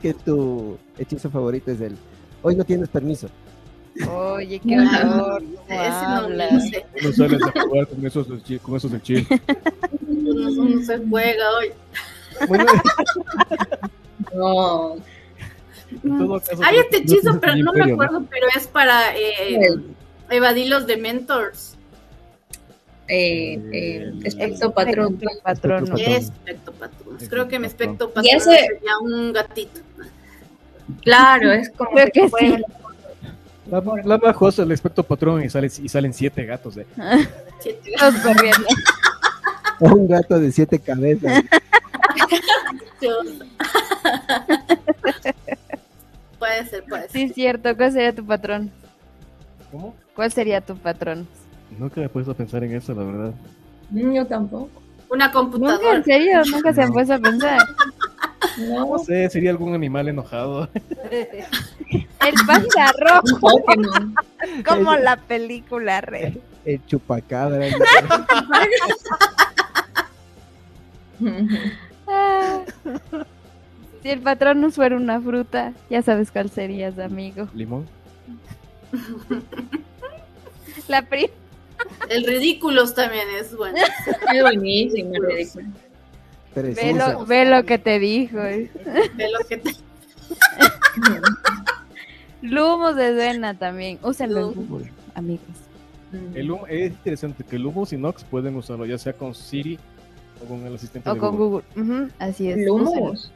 S12: Que tu hechizo favorito es el. Hoy no tienes permiso.
S9: Oye, qué horror. ¿cómo
S8: Ese no,
S9: habla?
S8: no sé.
S10: no sales a jugar con esos, hechi- con esos hechizos.
S8: No, no- no se juega hoy.
S10: Bueno,
S2: No. eh,
S10: en todo caso,
S8: Hay este
S10: no
S8: hechizo,
S10: tienes
S8: pero
S10: el
S8: no me
S10: imperio,
S8: acuerdo, pero es para eh,
S2: El-
S8: evadir los dementors.
S2: Eh, eh, espectro patrón.
S9: patrón.
S8: Es espectropatronus. Creo que mi espectropatronus
S2: Y ese-
S8: sería un gatito.
S2: Claro, es como
S9: Creo que
S2: fue-
S9: sí.
S10: La, la Majo hace el espectro patrón y, sale, y salen siete gatos. eh.
S8: Siete
S9: Todos corriendo.
S12: O un gato de siete cabezas.
S8: gatos. puede ser, puede ser.
S9: Sí, es cierto. ¿Cuál sería tu patrón?
S10: ¿Cómo?
S9: ¿Cuál sería tu patrón?
S10: Nunca me he puesto a pensar en eso, la verdad.
S2: Mm, Yo tampoco.
S8: Una
S9: Nunca,
S8: computadora.
S9: en serio, nunca se han puesto a pensar.
S10: No sé, sería algún animal enojado.
S9: El panda rojo,
S2: Pokémon.
S9: como la película red.
S12: El chupacabra.
S9: Ah. Si el patrón no fuera una fruta, ya sabes cuál serías, amigo.
S10: Limón.
S9: La prima.
S8: El ridículos también es bueno.
S2: Es buenísimo, el ridículo.
S9: Ve lo, ve lo que te dijo. eh.
S8: De lo que te-
S9: Lumos de Duena también. Úsenlo en Google, amigos.
S10: El humo, es interesante que el humo y Nox pueden usarlo ya sea con Siri o con el asistente
S9: O
S10: de
S9: con Google. Ujú, así es. úsenlo.
S2: Lumos.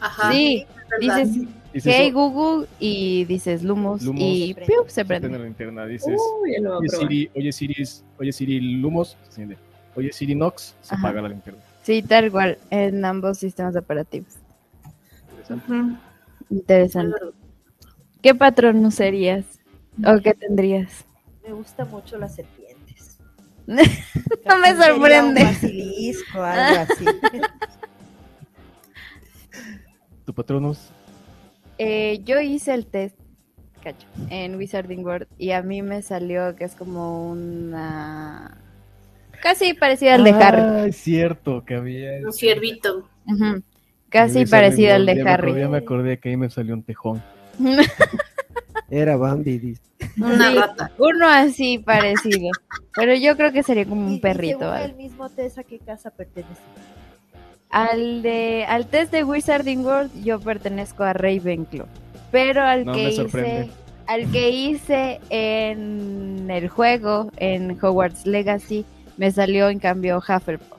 S8: Ajá.
S9: Sí,
S8: Ah, ¿verdad?
S9: dices
S10: Dices,
S9: hey
S10: oh,
S9: Google y dices Lumos,
S10: Lumos.
S9: y ¡piu! se
S10: prende
S9: prende. Uh,
S10: la linterna, dices,
S2: Uy, ya lo voy a
S10: oye
S2: probar.
S10: Siri, oye Siri, es- oye Siri Lumos, se enciende. oye Siri Nox, se
S9: Ajá.
S10: apaga la linterna.
S9: Sí, tal cual, en ambos sistemas operativos.
S8: Ujú.
S9: Interesante. ¿Qué patrón no serías? ¿O qué tendrías?
S11: Me gusta mucho las serpientes.
S9: No me
S11: Sería
S9: sorprende.
S11: Un basilisco, algo así.
S10: Tu patronos,
S9: Eh, yo hice el test, cacho, en Wizarding World y a mí me salió que es como una... Casi parecida al de Harry.
S10: Ah, es cierto que había.
S8: Un ciervito.
S9: Ujú, Casi
S10: Esa
S9: parecido al
S10: memoria, ya me
S9: de
S10: acordé-
S9: Harry.
S10: Ya me acordé que ahí me salió un tejón.
S12: Era Bambi. dice.
S8: Una
S9: Sí,
S8: rata.
S9: Uno así parecido. Pero yo creo que sería como
S11: Y-
S9: un
S11: y
S9: perrito.
S11: según
S9: algo.
S11: el mismo test, ¿a qué casa pertenece?
S9: Al de al test de Wizarding World yo pertenezco a Ravenclaw, pero al
S10: No
S9: que
S10: me
S9: hice
S10: sorprende.
S9: al que hice en el juego en Hogwarts Legacy me salió en cambio Hufflepuff.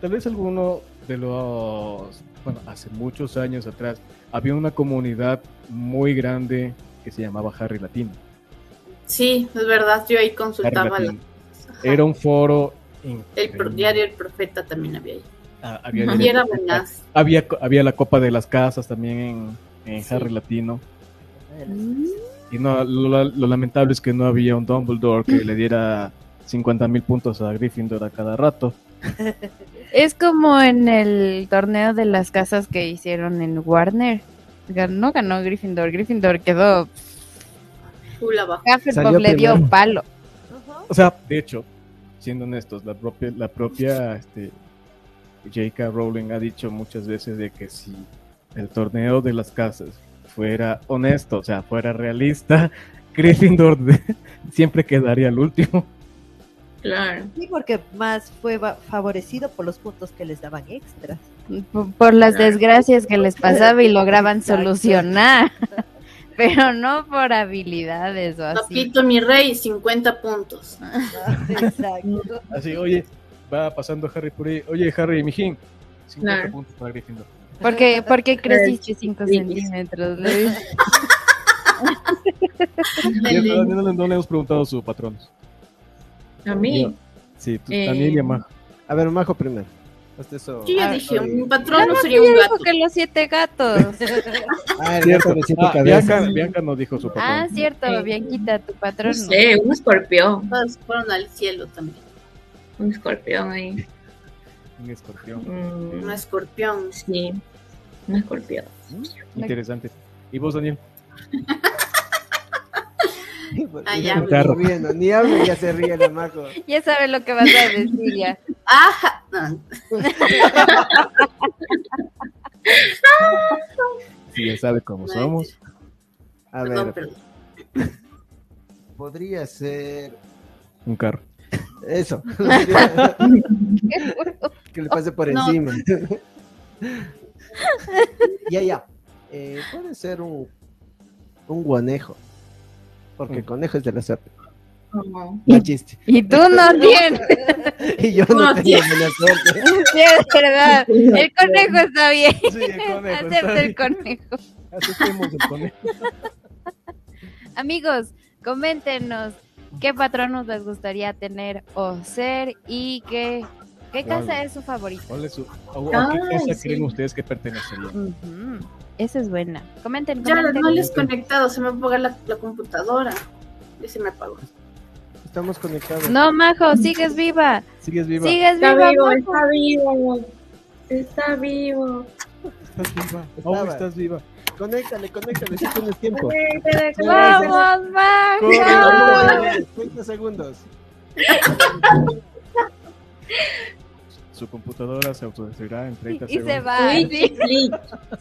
S10: Tal vez alguno de los, bueno, hace muchos años atrás, había una comunidad muy grande que se llamaba Harry Latino.
S8: Sí, es verdad, yo ahí consultaba la-
S10: Cargatín. Era un foro. in-
S8: el pro- diario El Profeta también había ahí.
S10: ah, había,
S8: Y era buenas.
S10: había, co- había la Copa de las Casas también en, en
S8: Sí.
S10: Harry Latino. Y no, lo, lo lamentable es que no había un Dumbledore que le diera 50 mil puntos a Gryffindor a cada rato.
S9: Es como en el torneo de las casas que hicieron en Warner. Ganó, ganó Gryffindor. Gryffindor quedó.
S8: Full abajo.
S9: Hufflepuff
S10: Salió
S9: le dio
S10: primero.
S9: palo.
S10: O sea, de hecho, siendo honestos, la propia, la propia este, J.K. Rowling ha dicho muchas veces de que si el torneo de las casas fuera honesto, o sea, fuera realista, Gryffindor de- siempre quedaría el último.
S2: Claro.
S11: Sí, porque más fue va- favorecido por los puntos que les daban extras.
S9: Por, por las desgracias que les pasaba y lograban solucionar. Pero no por habilidades o así.
S8: Papito, mi rey, 50 puntos.
S11: Exacto.
S10: Así, oye, va pasando Harry por ahí, oye, Harry, mijín, 50
S9: Claro.
S10: puntos para Gryffindor.
S9: Porque, porque
S8: Eh,
S9: creciste 5 centímetros, Luis.
S10: Ya no, no, no le hemos preguntado a su patrón.
S2: A mí.
S10: Sí, tú
S2: Eh,
S10: también, y a Majo.
S12: A ver, Majo primero. Hazte eso.
S8: Yo ya
S12: Ah, sí.
S8: dije, un patrón no
S9: Nada más
S8: sería
S9: que
S8: un
S9: ya
S8: gato.
S9: dijo que los siete gatos.
S12: Ah, el
S10: Cierto.
S12: gato de siete
S10: Ah,
S12: cabezas.
S10: Bianca, Bianca nos dijo su patrón.
S9: ah, cierto, Bianquita, tu patrón.
S2: No sé, un escorpión.
S8: Todos fueron al cielo también.
S2: Un escorpión ahí.
S10: Un escorpión.
S8: Un escorpión.
S2: Sí. Un escorpión.
S10: Interesante. ¿Y vos, Daniel?
S8: Ah,
S12: pues, Ni
S8: ya.
S12: se está riendo, Ni hablo ya se ríe la Majo.
S9: Ya sabes lo que vas a decir ya.
S8: Ajá. No.
S10: Sí, ya sabe cómo somos.
S12: A
S8: Perdón,
S12: ver,
S8: perdón.
S12: podría ser
S10: Un carro.
S12: eso. que le pase por
S8: No.
S12: encima. ya, ya. Eh, puede ser un, un guanejo. Porque el conejo es de la suerte.
S2: No.
S12: No chiste.
S9: Y tú no tienes.
S12: Y yo no,
S9: No
S12: tengo buena suerte.
S9: Sí, es verdad. El conejo está bien.
S10: Sí, el conejo está
S9: Acepta el
S10: bien.
S9: conejo.
S10: Aceptemos el conejo.
S9: Amigos, coméntenos qué patronos les gustaría tener o ser y qué, qué casa
S10: Vale.
S9: es su favorita.
S10: ¿Cuál es su- o- o ¿A qué
S9: Ay,
S10: casa
S9: sí.
S10: creen ustedes que pertenecerían?
S9: Ujú. Esa es buena. Comenten,
S8: Ya
S9: comenten.
S8: no les he conectado, se me va a apagar la, la computadora. Ya se me apagó.
S12: Estamos conectados.
S9: No, Majo, sigues viva.
S10: Sigues viva.
S9: Sigues
S2: Está
S9: viva,
S2: vivo,
S9: Majo.
S2: está vivo. Está vivo.
S10: Estás viva.
S12: Estaba.
S10: Aún Oh, estás viva.
S12: Conéctale, conéctale, si tienes tiempo.
S9: Vamos, Majo.
S12: Corre, corre, corre, 30 segundos.
S10: Su computadora se autodestruirá en 30
S9: Y
S10: segundos.
S9: se va. sí.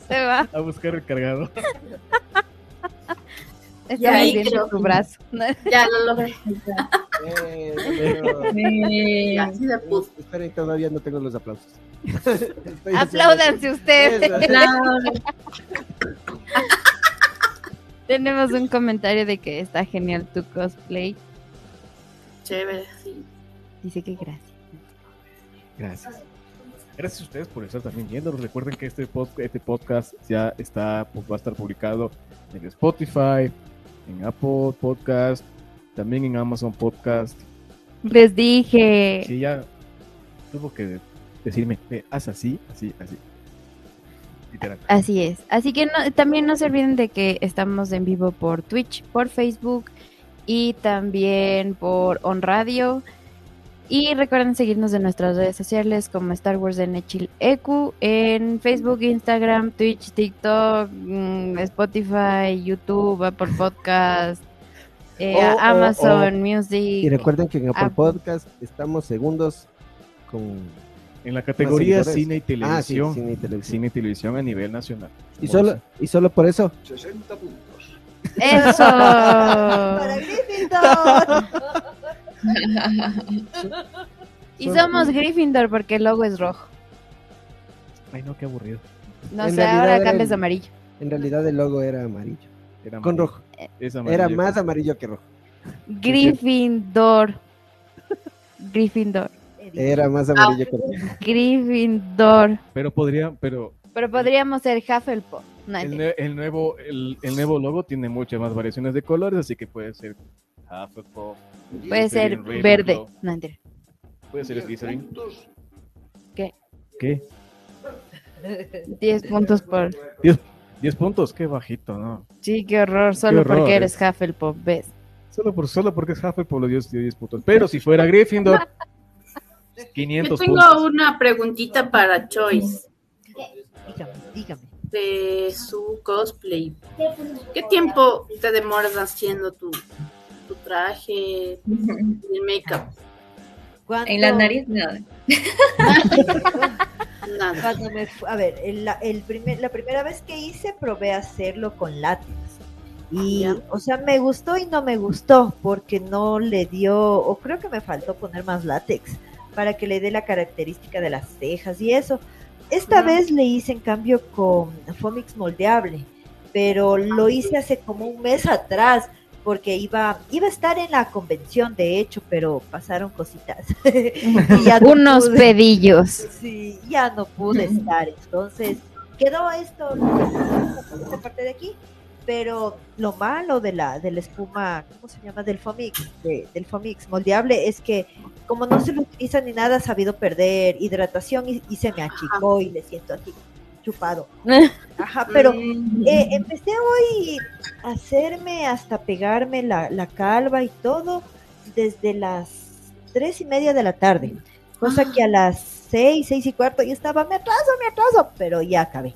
S9: Se va.
S10: A buscar el cargador.
S9: Está
S8: Ya ahí
S9: viendo
S8: creo.
S9: tu brazo.
S8: Ya lo logré.
S12: Eh, pero-
S8: Ya, sí se pudo.
S12: Esperen, todavía no tengo los aplausos. Estoy
S9: Apláudanse ustedes.
S12: Eso.
S9: Tenemos un comentario de que está genial tu cosplay.
S8: Chévere, sí.
S9: Dice que gracias.
S10: Gracias. Gracias a ustedes por estar también viéndonos. Recuerden que este, pod- este podcast ya está, pues, va a estar publicado en Spotify, en Apple Podcast, también en Amazon Podcast.
S9: Les dije.
S10: Sí, ya tuvo que decirme, eh, haz así, así, así. Literal.
S9: Así es. Así que no- también no se olviden de que estamos en vivo por Twitch, por Facebook y también por On Radio. Y recuerden seguirnos en nuestras redes sociales como Star Wars NHL EQ en Facebook, Instagram, Twitch, TikTok, mm, Spotify, YouTube, Apple Podcast, eh,
S12: Oh, oh,
S9: Amazon
S12: oh.
S9: Music.
S12: Y recuerden que en Apple
S9: Apple.
S12: Podcast estamos segundos con
S10: En la categoría
S12: Más seguidores.
S10: cine y
S12: Ah, sí,
S10: televisión.
S12: cine y
S10: televisión. Cine y televisión a nivel nacional.
S12: y solo y solo por eso.
S6: 60 puntos.
S9: Eso.
S11: Para Gryffindor.
S9: y somos Gryffindor porque el logo es rojo.
S10: Ay, no, qué aburrido.
S9: No
S12: En
S9: sé,
S12: realidad
S9: ahora
S12: era
S9: cambias
S12: el-
S9: a amarillo.
S12: En realidad el logo era amarillo,
S10: Era
S12: con
S10: amarillo.
S12: rojo.
S10: Es
S12: Era
S10: amarillo.
S12: más amarillo que rojo.
S9: Gryffindor. Gryffindor.
S12: Era más amarillo que rojo.
S9: Gryffindor.
S10: Pero podría, pero
S9: Pero podríamos ser Hufflepuff. No,
S10: el,
S9: entiendo.
S10: nue- el nuevo el, el nuevo logo tiene muchas más variaciones de colores, así que puede ser Hufflepuff.
S9: Puede ser
S10: Slytherin,
S9: verde.
S10: Ravenclaw.
S9: No, entera.
S10: Puede ser Slytherin.
S9: ¿Qué?
S10: ¿Qué?
S9: 10 puntos por...
S10: 10, puntos, qué bajito, ¿no?
S9: Sí, qué horror, solo
S10: horror,
S9: porque
S10: eh.
S9: eres Hufflepuff, ¿ves?
S10: Solo, por, solo porque es Hufflepuff le dio 10 puntos. Pero si fuera Gryffindor,
S8: Yo
S10: 500
S8: tengo
S10: puntos.
S8: una preguntita para Choice.
S11: Dígame, dígame.
S8: De su cosplay. ¿Qué tiempo te demoras haciendo tu, tu traje y el make-up?
S2: En la nariz, nada.
S11: Cuando me fu- a ver, el- la, el primer- la primera vez que hice probé hacerlo con látex. Y, o sea, me gustó y no me gustó porque no le dio, o creo que me faltó poner más látex para que le dé la característica de las cejas y eso. Esta vez le hice en cambio con Fomix moldeable, pero lo hice hace como un mes atrás porque iba, iba a estar en la convención de hecho, pero pasaron cositas. Y ya no
S9: Unos
S11: pude.
S9: pedillos.
S11: Pues Sí, ya no pude estar. Entonces, quedó esto, esta parte de aquí. Pero lo malo de la, de la espuma, ¿cómo se llama? Del Fomix, de- del Fomix moldeable, es que como no se lo utiliza ni nada, ha sabido perder hidratación y, y se me achicó y le siento así, chupado. Ajá, Ah, pero eh,
S8: Mm.
S11: empecé hoy a hacerme hasta pegarme la, la calva y todo desde las tres y media de la tarde. Cosa que a las seis, seis y cuarto yo estaba, me atraso, me atraso, pero ya acabé.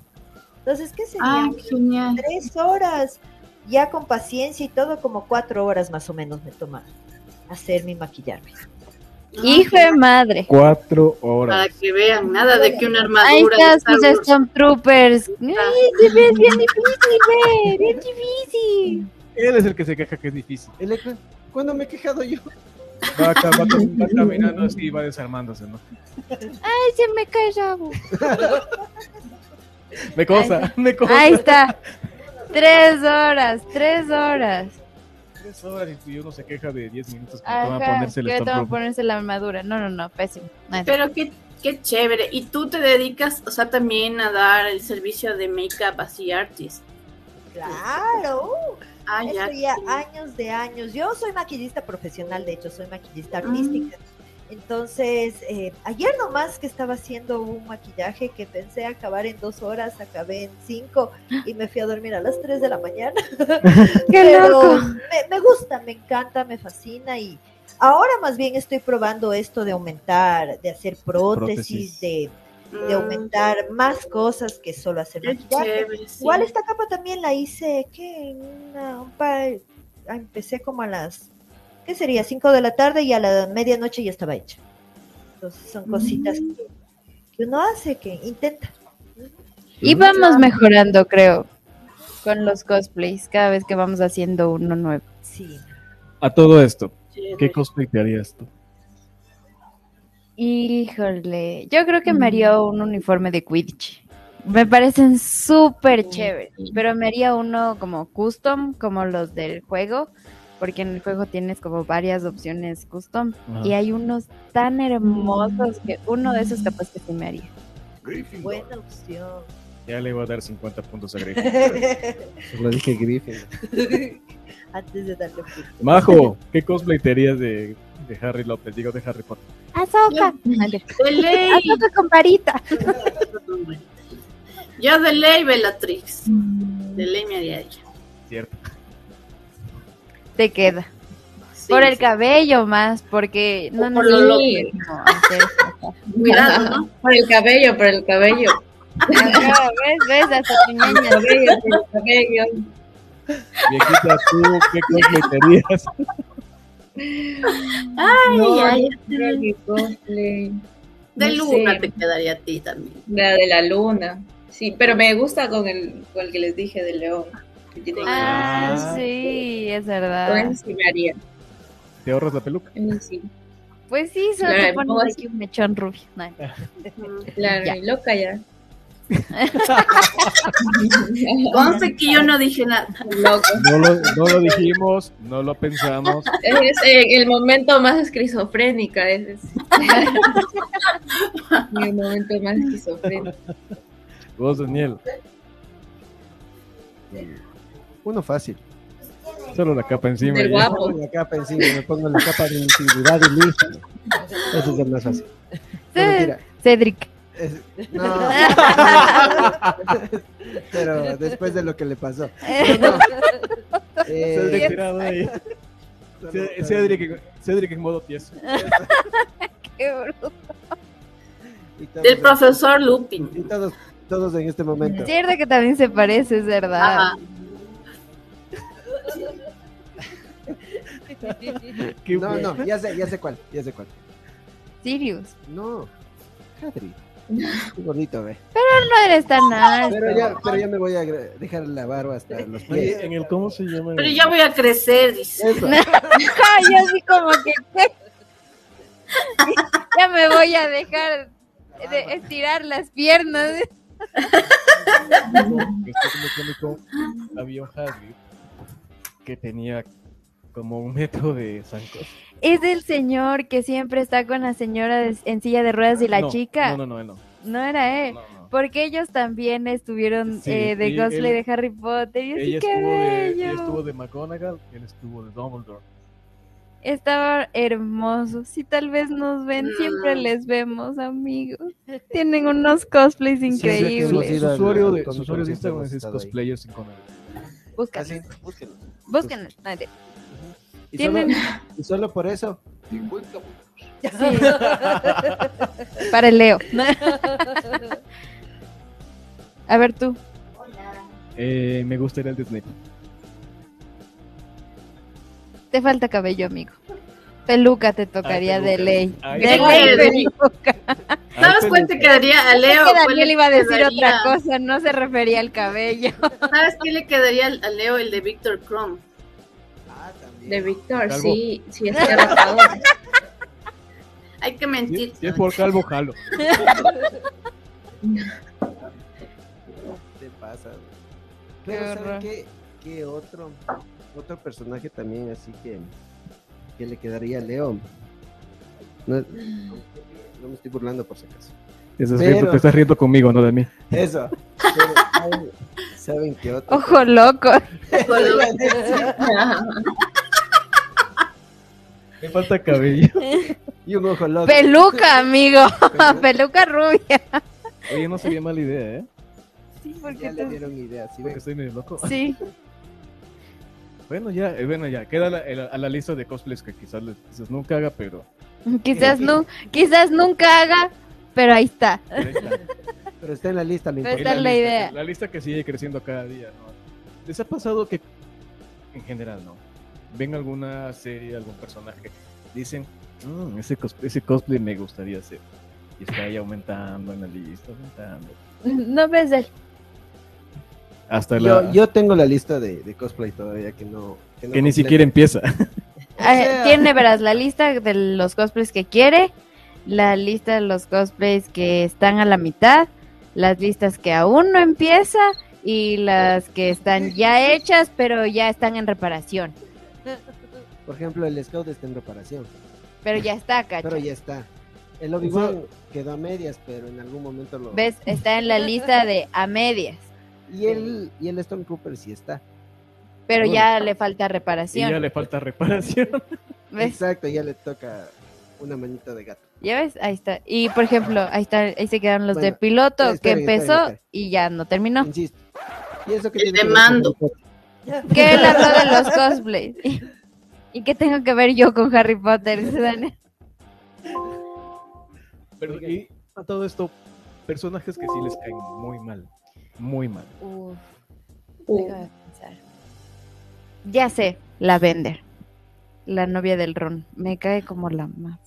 S11: Entonces, ¿qué sería?
S8: Ah, genial.
S11: Tres horas, ya con paciencia y todo, como cuatro horas más o menos me toma hacerme y maquillarme.
S9: Hijo de madre.
S10: Cuatro horas.
S8: Para que vean, nada de que una armadura.
S9: Ahí
S8: de
S9: estás,
S8: Star
S9: mis
S8: Wars.
S9: Stormtroopers. Ay, sí, ves, bien difícil, ve, bien difícil.
S10: Él es el que se queja que es difícil.
S12: El Eclan, ¿Cuándo me he quejado yo?
S10: Va, ca- va cam- va caminando así y va desarmándose, ¿no?
S9: Ay, se me cae el rabo.
S10: Me cosa, me cosa.
S9: Ahí está. Tres horas, tres horas.
S10: Tres horas y uno se queja de 10 minutos que toma
S9: Ajá,
S10: ponerse el
S9: que toma
S10: Stormtrooper.
S9: ponerse la armadura. No, no, no, pésimo. Nada.
S8: Pero qué, qué chévere. Y tú te dedicas, o sea, también a dar el servicio de make-up así artist.
S11: Claro.
S8: Ah, ya,
S11: Eso ya años de años. Yo soy maquillista profesional, de hecho, soy
S8: Ah.
S11: maquillista artística. Entonces, eh, ayer nomás que estaba haciendo un maquillaje que pensé acabar en dos horas, acabé en cinco y me fui a dormir a las tres de la mañana.
S9: loco!
S11: Me, me gusta, me encanta, me fascina y ahora más bien estoy probando esto de aumentar, de hacer prótesis,
S9: Prótesis.
S11: de, de aumentar más cosas que solo hacer
S8: Mm, Qué
S11: maquillaje.
S8: chévere, sí.
S11: Igual esta capa también la hice, que una, un par- ah, empecé como a las, ¿qué sería? 5 de la tarde y a la medianoche ya estaba hecha. Entonces son cositas
S9: Mm.
S11: que, que uno hace, que intenta.
S9: Y vamos mejorando, creo, con los cosplays cada vez que vamos haciendo uno nuevo.
S11: Sí.
S10: A todo esto, ¿qué cosplay te harías tú?
S9: Híjole, yo creo que me haría un uniforme de Quidditch. Me parecen súper chéveres, pero me haría uno como custom, como los del juego, porque en el juego tienes como varias opciones custom
S10: Ah,
S3: Ajá.
S9: y hay unos tan hermosos que uno de esos capaz que sí me haría.
S11: Buena opción.
S10: Ya le voy a dar 50 puntos a Griffin.
S11: Pues
S12: lo dije Griffin.
S11: Antes de darle un pico.
S10: Majo, ¿qué cosplay te harías de, de Harry López? Digo, de Harry Potter.
S9: ¡Azoka!
S8: De ley.
S9: ¡Azoka con varita!
S8: Yo de ley Bellatrix.
S2: Mm.
S8: De ley me haría ella.
S10: Cierto.
S9: Te queda.
S8: Sí,
S9: por el
S8: sí.
S9: cabello más, porque no
S8: por lo
S9: no- pues,
S8: loco.
S9: no, hacer-
S8: Cuidado, ¿no?
S2: Por el cabello, por el cabello.
S9: Ajá, ¿Ves? ¿Ves? Hasta tu niña.
S2: Por el cabello, por el cabello.
S10: Viejita, ¿tú qué cosplay te harías?
S8: Ay,
S2: No,
S8: ay,
S2: yo creo que cosplay.
S8: De
S2: No
S8: luna
S2: sé.
S8: te quedaría a ti también.
S2: La de la luna. Sí, pero me gusta con el, con el que les dije del león. que tiene-
S9: Ah, sí, es verdad.
S2: Con ese sí me haría.
S10: ¿Te ahorras la peluca?
S2: ese sí.
S9: Pues sí, solo
S2: Claro,
S9: te
S2: pongo
S9: pones
S2: así.
S9: aquí un mechón rubio. No, no.
S2: Claro,
S9: Ya.
S2: y loca ya.
S8: Conste que yo no dije nada.
S2: Loco.
S10: No lo, no lo dijimos, no lo pensamos.
S2: Es eh, el momento más esquizofrénica. Ese es. el momento más esquizofrénico.
S10: Vos, Daniel.
S12: Uno fácil.
S10: Solo la capa encima.
S2: Del
S10: y-
S2: guapo.
S12: Pongo la capa encima, me pongo la capa de invisibilidad y listo. Eso es el más fácil. Pero mentira,
S9: Cedric.
S12: es- no. Pero después de lo que le pasó. Eh,
S10: Cedric tirado ahí. Ce- Cedric, en- Cedric en modo tieso.
S9: Qué bruto.
S8: Del profesor Lupin.
S12: Y todos, todos en este momento.
S9: Cierto que también se parece, es verdad.
S10: Qué
S12: no,
S10: bueno.
S12: no, ya sé, ya sé cuál, ya sé cuál.
S9: Sirius.
S12: No. Hadri. Qué gordito, ve.
S9: Pero no eres tan alto.
S12: Pero ya, pero ya me voy a agre- dejar la barba hasta los pies.
S10: En el cómo se llama.
S8: Pero ya voy a crecer, dice.
S12: Eso.
S9: Ay, yo así como que ¿qué? ya me voy a dejar de estirar las piernas.
S10: que está como cómico, había un Hadley que tenía como un metro de zancos.
S9: Es el señor que siempre está con la señora de- en silla de ruedas y la
S10: No,
S9: chica. Eh,
S10: No, no, no, él no.
S9: No era él. Porque ellos también estuvieron
S10: Sí,
S9: eh, de
S10: y
S9: Gosling
S10: él-
S9: de Harry Potter. Y así
S10: Ella
S9: que
S10: estuvo, de, ella
S9: bello.
S10: estuvo de McGonagall, él estuvo de Dumbledore.
S9: Estaba hermoso. Si tal vez nos ven, siempre les vemos, amigos. Tienen unos cosplays
S10: Su,
S9: increíbles.
S10: su usuario de,
S12: Con
S10: su
S12: mi
S10: usuario de
S12: concierto
S10: Instagram
S12: hemos
S10: es
S12: estado ahí.
S10: cosplayers sin comer.
S9: Búsquenlos.
S12: Búsquenlo.
S9: Búsquenlos. No, mentira.
S12: Y solo,
S9: Tienen-
S12: y solo por eso.
S9: Sí. Para el Leo. A ver tú.
S10: Eh, me gustaría el de Snape.
S9: Te falta cabello, amigo. Peluca te tocaría
S12: Ah,
S9: de
S10: peluca.
S9: ley.
S10: Ay,
S9: de
S10: peluca.
S9: ley,
S8: Ay,
S9: peluca.
S8: ¿Sabes cuál te quedaría a Leo?
S9: Es que
S8: ¿Cuál
S9: Daniel
S8: le
S9: iba a decir
S8: quedaría?
S9: otra cosa, no se refería al cabello.
S8: ¿Sabes qué le quedaría a Leo el de Victor Crumb?
S2: De Víctor,
S10: Calvo.
S2: sí, sí, es arrasado.
S8: Hay que mentir.
S10: Si es por calvo, jalo.
S12: ¿Qué te pasa? güey?
S9: Qué
S12: Pero ¿saben
S9: horror.
S12: qué, qué otro, otro personaje también así que, que le quedaría a Leo? No, no me estoy burlando por si acaso.
S10: Te estás,
S12: Pero-
S10: riendo, te estás riendo conmigo, no de mí.
S12: Eso. Pero, ¿saben- ¿Saben qué otro?
S9: Ojo loco.
S10: Me falta cabello.
S12: Y un ojo loco.
S9: Peluca, amigo. Peluca rubia.
S10: Oye, no sería mala idea, ¿eh?
S9: Sí, porque
S12: Ya le
S9: tú-
S12: dieron idea, sí,
S10: Porque estoy medio loco.
S9: Sí,
S10: Bueno, ya, eh, bueno, ya. Queda la- el- a la lista de cosplays que quizás, les- quizás nunca haga, pero.
S9: quizás, nu- quizás nunca haga, pero ahí está.
S10: pero ahí está.
S12: Pero está en la lista, lo
S9: Pero
S12: importante.
S9: está en la
S10: lista,
S9: idea.
S10: La lista que sigue creciendo cada día, ¿no? ¿Les ha pasado que, en general, no? Ven alguna serie, algún personaje, dicen, "Mm, ese, cos- ese cosplay me gustaría hacer. Y está ahí aumentando en la lista, aumentando.
S9: No ves el-
S10: Hasta la.
S12: Yo, yo tengo la lista de, de cosplay todavía que no. no
S10: que ni
S12: completo.
S10: siquiera empieza.
S9: Eh,
S12: sea-
S9: tiene, verás, la lista de los cosplays que quiere, la lista de los cosplays que están a la mitad, las listas que aún no empieza y las que están ya hechas, pero ya están en reparación.
S12: Por ejemplo, el Scout está en reparación,
S9: Pero ya está, cacho.
S12: pero ya está. El Obi-Wan quedó a medias, pero en algún momento lo.
S9: ¿Ves? Está en la lista de a medias,
S12: Y el, y el Stormtrooper sí está.
S9: pero
S10: Bueno.
S9: ya le falta
S10: Y ya
S9: reparación.
S10: le falta reparación.
S9: ¿Ves?
S12: Exacto, ya le toca una manita de gato.
S9: ¿Ya ves? Ahí está. Y por ejemplo, ahí está, ahí se quedaron los de
S12: Bueno,
S9: piloto que
S12: esperen,
S9: empezó
S12: esperen, esperen.
S9: y ya no terminó.
S12: Insisto. Y eso que
S8: El
S12: tiene que ver con
S8: de mando.
S12: Harry Potter?
S9: que él habló de los cosplays. ¿Y, y qué tengo que ver yo con Harry Potter? Dice Dani.
S10: Pero, y a todo esto, personajes que sí les caen muy mal. Muy mal.
S12: Oh.
S9: Uf,
S2: Uh,
S9: déjame pensar. Ya sé, la Bender, la novia del Ron. Me cae como la más.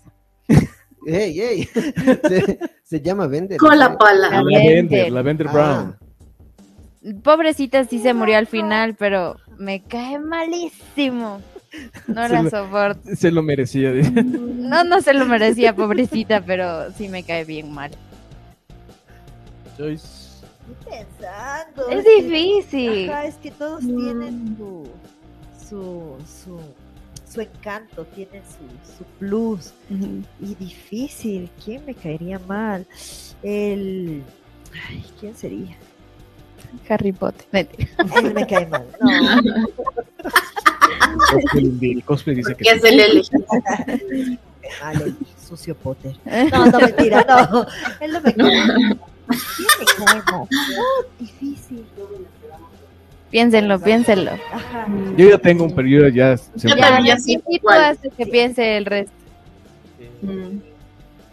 S12: ¡Ey, ey! se, se llama Vender.
S8: Con la pala.
S9: La
S10: Ah, Lavender,
S9: Bender.
S10: Lavender Brown.
S9: Pobrecita sí se murió al final, pero me cae malísimo. No
S10: Se
S9: la
S10: lo-
S9: soporto.
S10: Se lo merecía. dice.
S9: No, no se lo merecía, pobrecita, pero sí me cae bien mal.
S10: Joyce.
S11: Estoy pensando.
S9: Es
S11: que-
S9: difícil.
S11: ajá, es que todos tienen su, su, su, su encanto, tienen su, su plus.
S9: Ujú.
S11: Y difícil. ¿Quién me caería mal? El. Ay, ¿quién sería?
S9: Harry Potter. Mentira.
S11: Él me cae mal. No.
S10: cosplay, el cosplay dice que
S8: Que es
S10: sí.
S8: el L.
S11: Malo, sucio Potter. No, no, mentira, no. Él no me quiere. No, difícil.
S9: Piénsenlo, piénsenlo.
S10: Yo ya tengo un periodo ya.
S9: Ya,
S10: semana.
S9: ya sí, tú haces que piense el resto.
S2: Mm.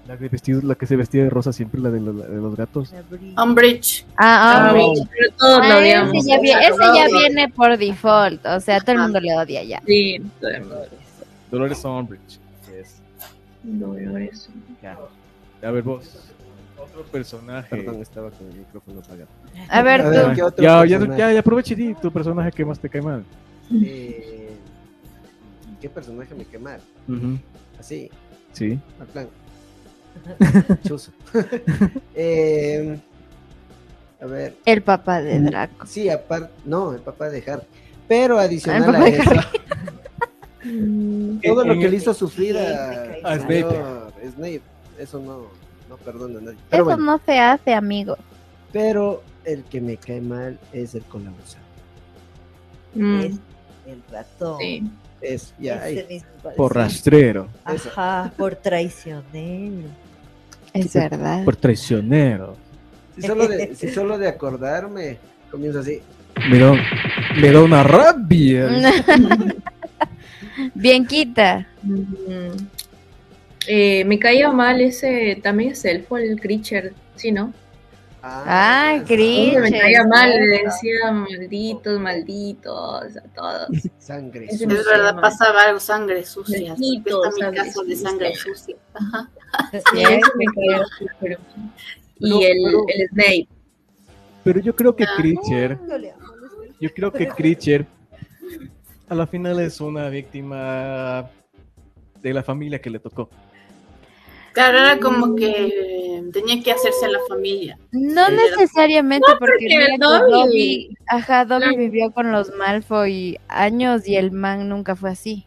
S10: La, de vestido, la que se vestía de rosa siempre, la de, los- la de los gatos.
S8: Umbridge.
S9: Ah,
S10: Umbridge.
S9: Umbridge.
S8: Pero todos
S9: Ah,
S8: lo odiamos.
S9: Ese ya, vi-
S8: Todos
S9: ese
S8: lo
S9: ya
S8: odiamos.
S9: viene por default, o sea, todo el mundo le odia ya.
S2: Sí,
S10: Dolores Umbridge. Yes.
S2: Dolores.
S10: Ya. A ver, vos. Otro personaje. Perdón, estaba con el micrófono apagado.
S9: A ver, A ver, tú. ¿qué otro
S10: Ya, ya,
S12: personaje?
S10: ya, ya, aprovecha y di tu personaje que más te cae mal.
S12: Eh, ¿Qué personaje me quemar?
S10: Ujú.
S12: Así,
S10: Sí.
S12: al plan. Chuzo. Eh, a ver.
S9: El papá de Draco.
S12: Sí, aparte. No, el papá de Harry. Pero adicional
S9: Ah, el papá
S12: a
S9: de
S12: eso.
S9: Harry.
S12: todo lo
S10: En
S12: que
S10: el-
S12: le hizo sufrir a,
S10: A
S12: al
S10: Snape.
S12: señor Snape. Eso no, no perdona a nadie. Pero
S9: Eso
S12: bueno.
S9: no se hace, amigo.
S12: Pero el que me cae mal es el colabuzado.
S11: Es el ratón.
S12: Es, ya,
S11: Ese
S12: ahí.
S11: mismo parece.
S10: Por rastrero.
S11: Ajá, por traicionero.
S9: Es verdad.
S10: Por traicionero.
S12: Si solo de, si solo de acordarme, comienzo así.
S10: Me da, me da una rabia.
S9: Bien quita.
S2: Eh, me caía mal ese, también es el fue el Creature, ¿sí, no?
S9: Ah,
S2: Ese me caía
S9: Grinch.
S2: mal, le decía malditos, malditos, a todos.
S12: Sangre.
S8: Es verdad, pasaba algo, sangre sucia.
S2: Maldito,
S8: Está mi
S2: sangre
S8: caso de
S2: sucia.
S8: sangre sucia. Ajá.
S2: Sí, ese me caía súper mal. Y el, el Snape.
S10: Pero yo creo que Creature, yo creo que Creature a la final es una víctima de la familia que le tocó.
S8: Claro, era
S2: Mm.
S8: como que tenía que hacerse a la familia.
S9: No necesariamente
S8: No,
S9: porque,
S8: porque
S9: mira que
S8: Dobby-
S9: Dobby- ajá, Dobby vivió con los Malfoy años y el man nunca fue así.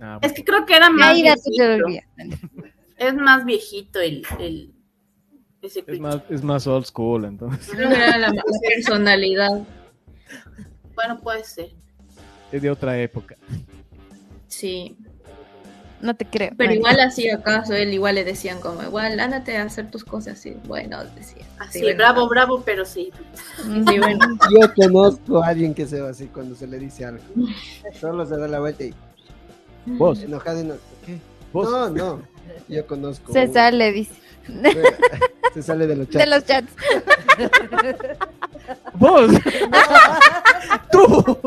S10: Ah,
S8: Es que creo que era más
S9: Ay, ya tú te
S8: viejito.
S9: olvidas.
S8: Es más viejito el, el ese
S10: Es más, es más old school, entonces.
S2: Creo que era la, la personalidad.
S8: Bueno, puede ser.
S10: Es de otra época.
S2: Sí.
S9: No te creo.
S2: Pero
S9: Bueno.
S2: igual hacía caso, él igual le decían como, igual, ándate a hacer tus cosas. Y bueno, decía.
S8: Así, bravo, bravo, pero sí.
S9: mm,
S2: Sí, bueno.
S12: Yo conozco a alguien que se va así cuando se le dice algo. Solo se da la vuelta y.
S10: Vos.
S12: Enojado y no. ¿Qué?
S10: Vos.
S12: No, no. Yo conozco.
S9: Se sale, dice.
S12: Se sale de los chats.
S9: De los chats.
S10: ¡Vos! ¡Tú!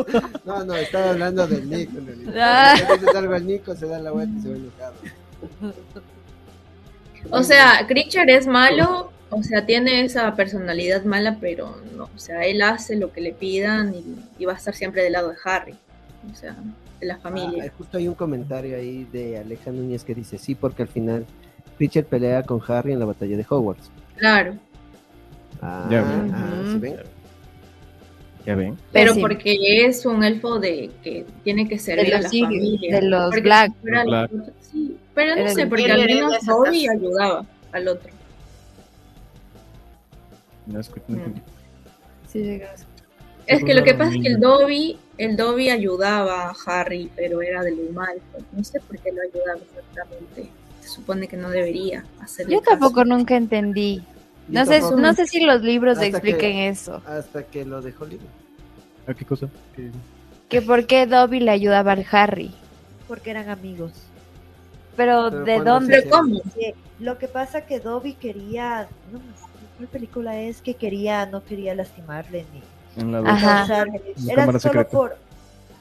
S12: No, no, estaba hablando del Nico en
S9: Ah.
S12: realidad. Cuando le dices algo al Nico, se da la vuelta y se va enojado.
S2: O sea, Creature es malo, o sea, tiene esa personalidad mala, pero no, o sea, él hace lo que le pidan y, y va a estar siempre del lado de Harry, o sea, de la
S12: Ah,
S2: familia.
S12: justo hay un comentario ahí de Aleja Núñez que dice: Sí, porque al final Richard pelea con Harry en la batalla de Hogwarts.
S2: Claro,
S12: Ah,
S10: Ya ven.
S12: ah, ¿sí ven?
S10: Ya ven.
S2: pero
S9: Pésimo.
S2: porque es un elfo de que tiene que servir a
S9: los
S2: la
S9: Sirius,
S2: familia.
S9: de los
S2: Porque
S9: Black.
S2: si fuera la-
S10: Black.
S2: sí, pero no
S9: Era
S2: sé,
S9: el-
S2: porque al
S9: Era de
S2: menos
S9: esas
S2: Dobby ayudaba al otro.
S10: No escu- no entendí.
S2: Es que lo que pasa es que el Dobby, el Dobby ayudaba a Harry, pero era de lo mal. pues, No sé por qué lo ayudaba exactamente. Se supone que no debería hacerlo.
S9: Yo tampoco nunca entendí.
S12: Yo
S9: No sé,
S12: tampoco.
S9: no sé si los libros
S12: Hasta
S9: expliquen
S12: que-
S9: eso.
S12: Hasta que lo dejó libre.
S10: ¿A Ah, qué cosa? ¿Qué-
S9: Que por qué Dobby le ayudaba al Harry.
S11: Porque eran amigos.
S9: Pero,
S11: Pero
S9: ¿de
S11: cuando
S9: dónde?
S11: se- Sí, lo que pasa que Dobby quería, no me acuerdo cuál película es que quería, no quería lastimarle ni
S10: En la
S11: ni
S10: dos. Ajá.
S11: causarle.
S10: En la
S11: Era
S10: cámara
S11: solo
S10: secreta.
S11: por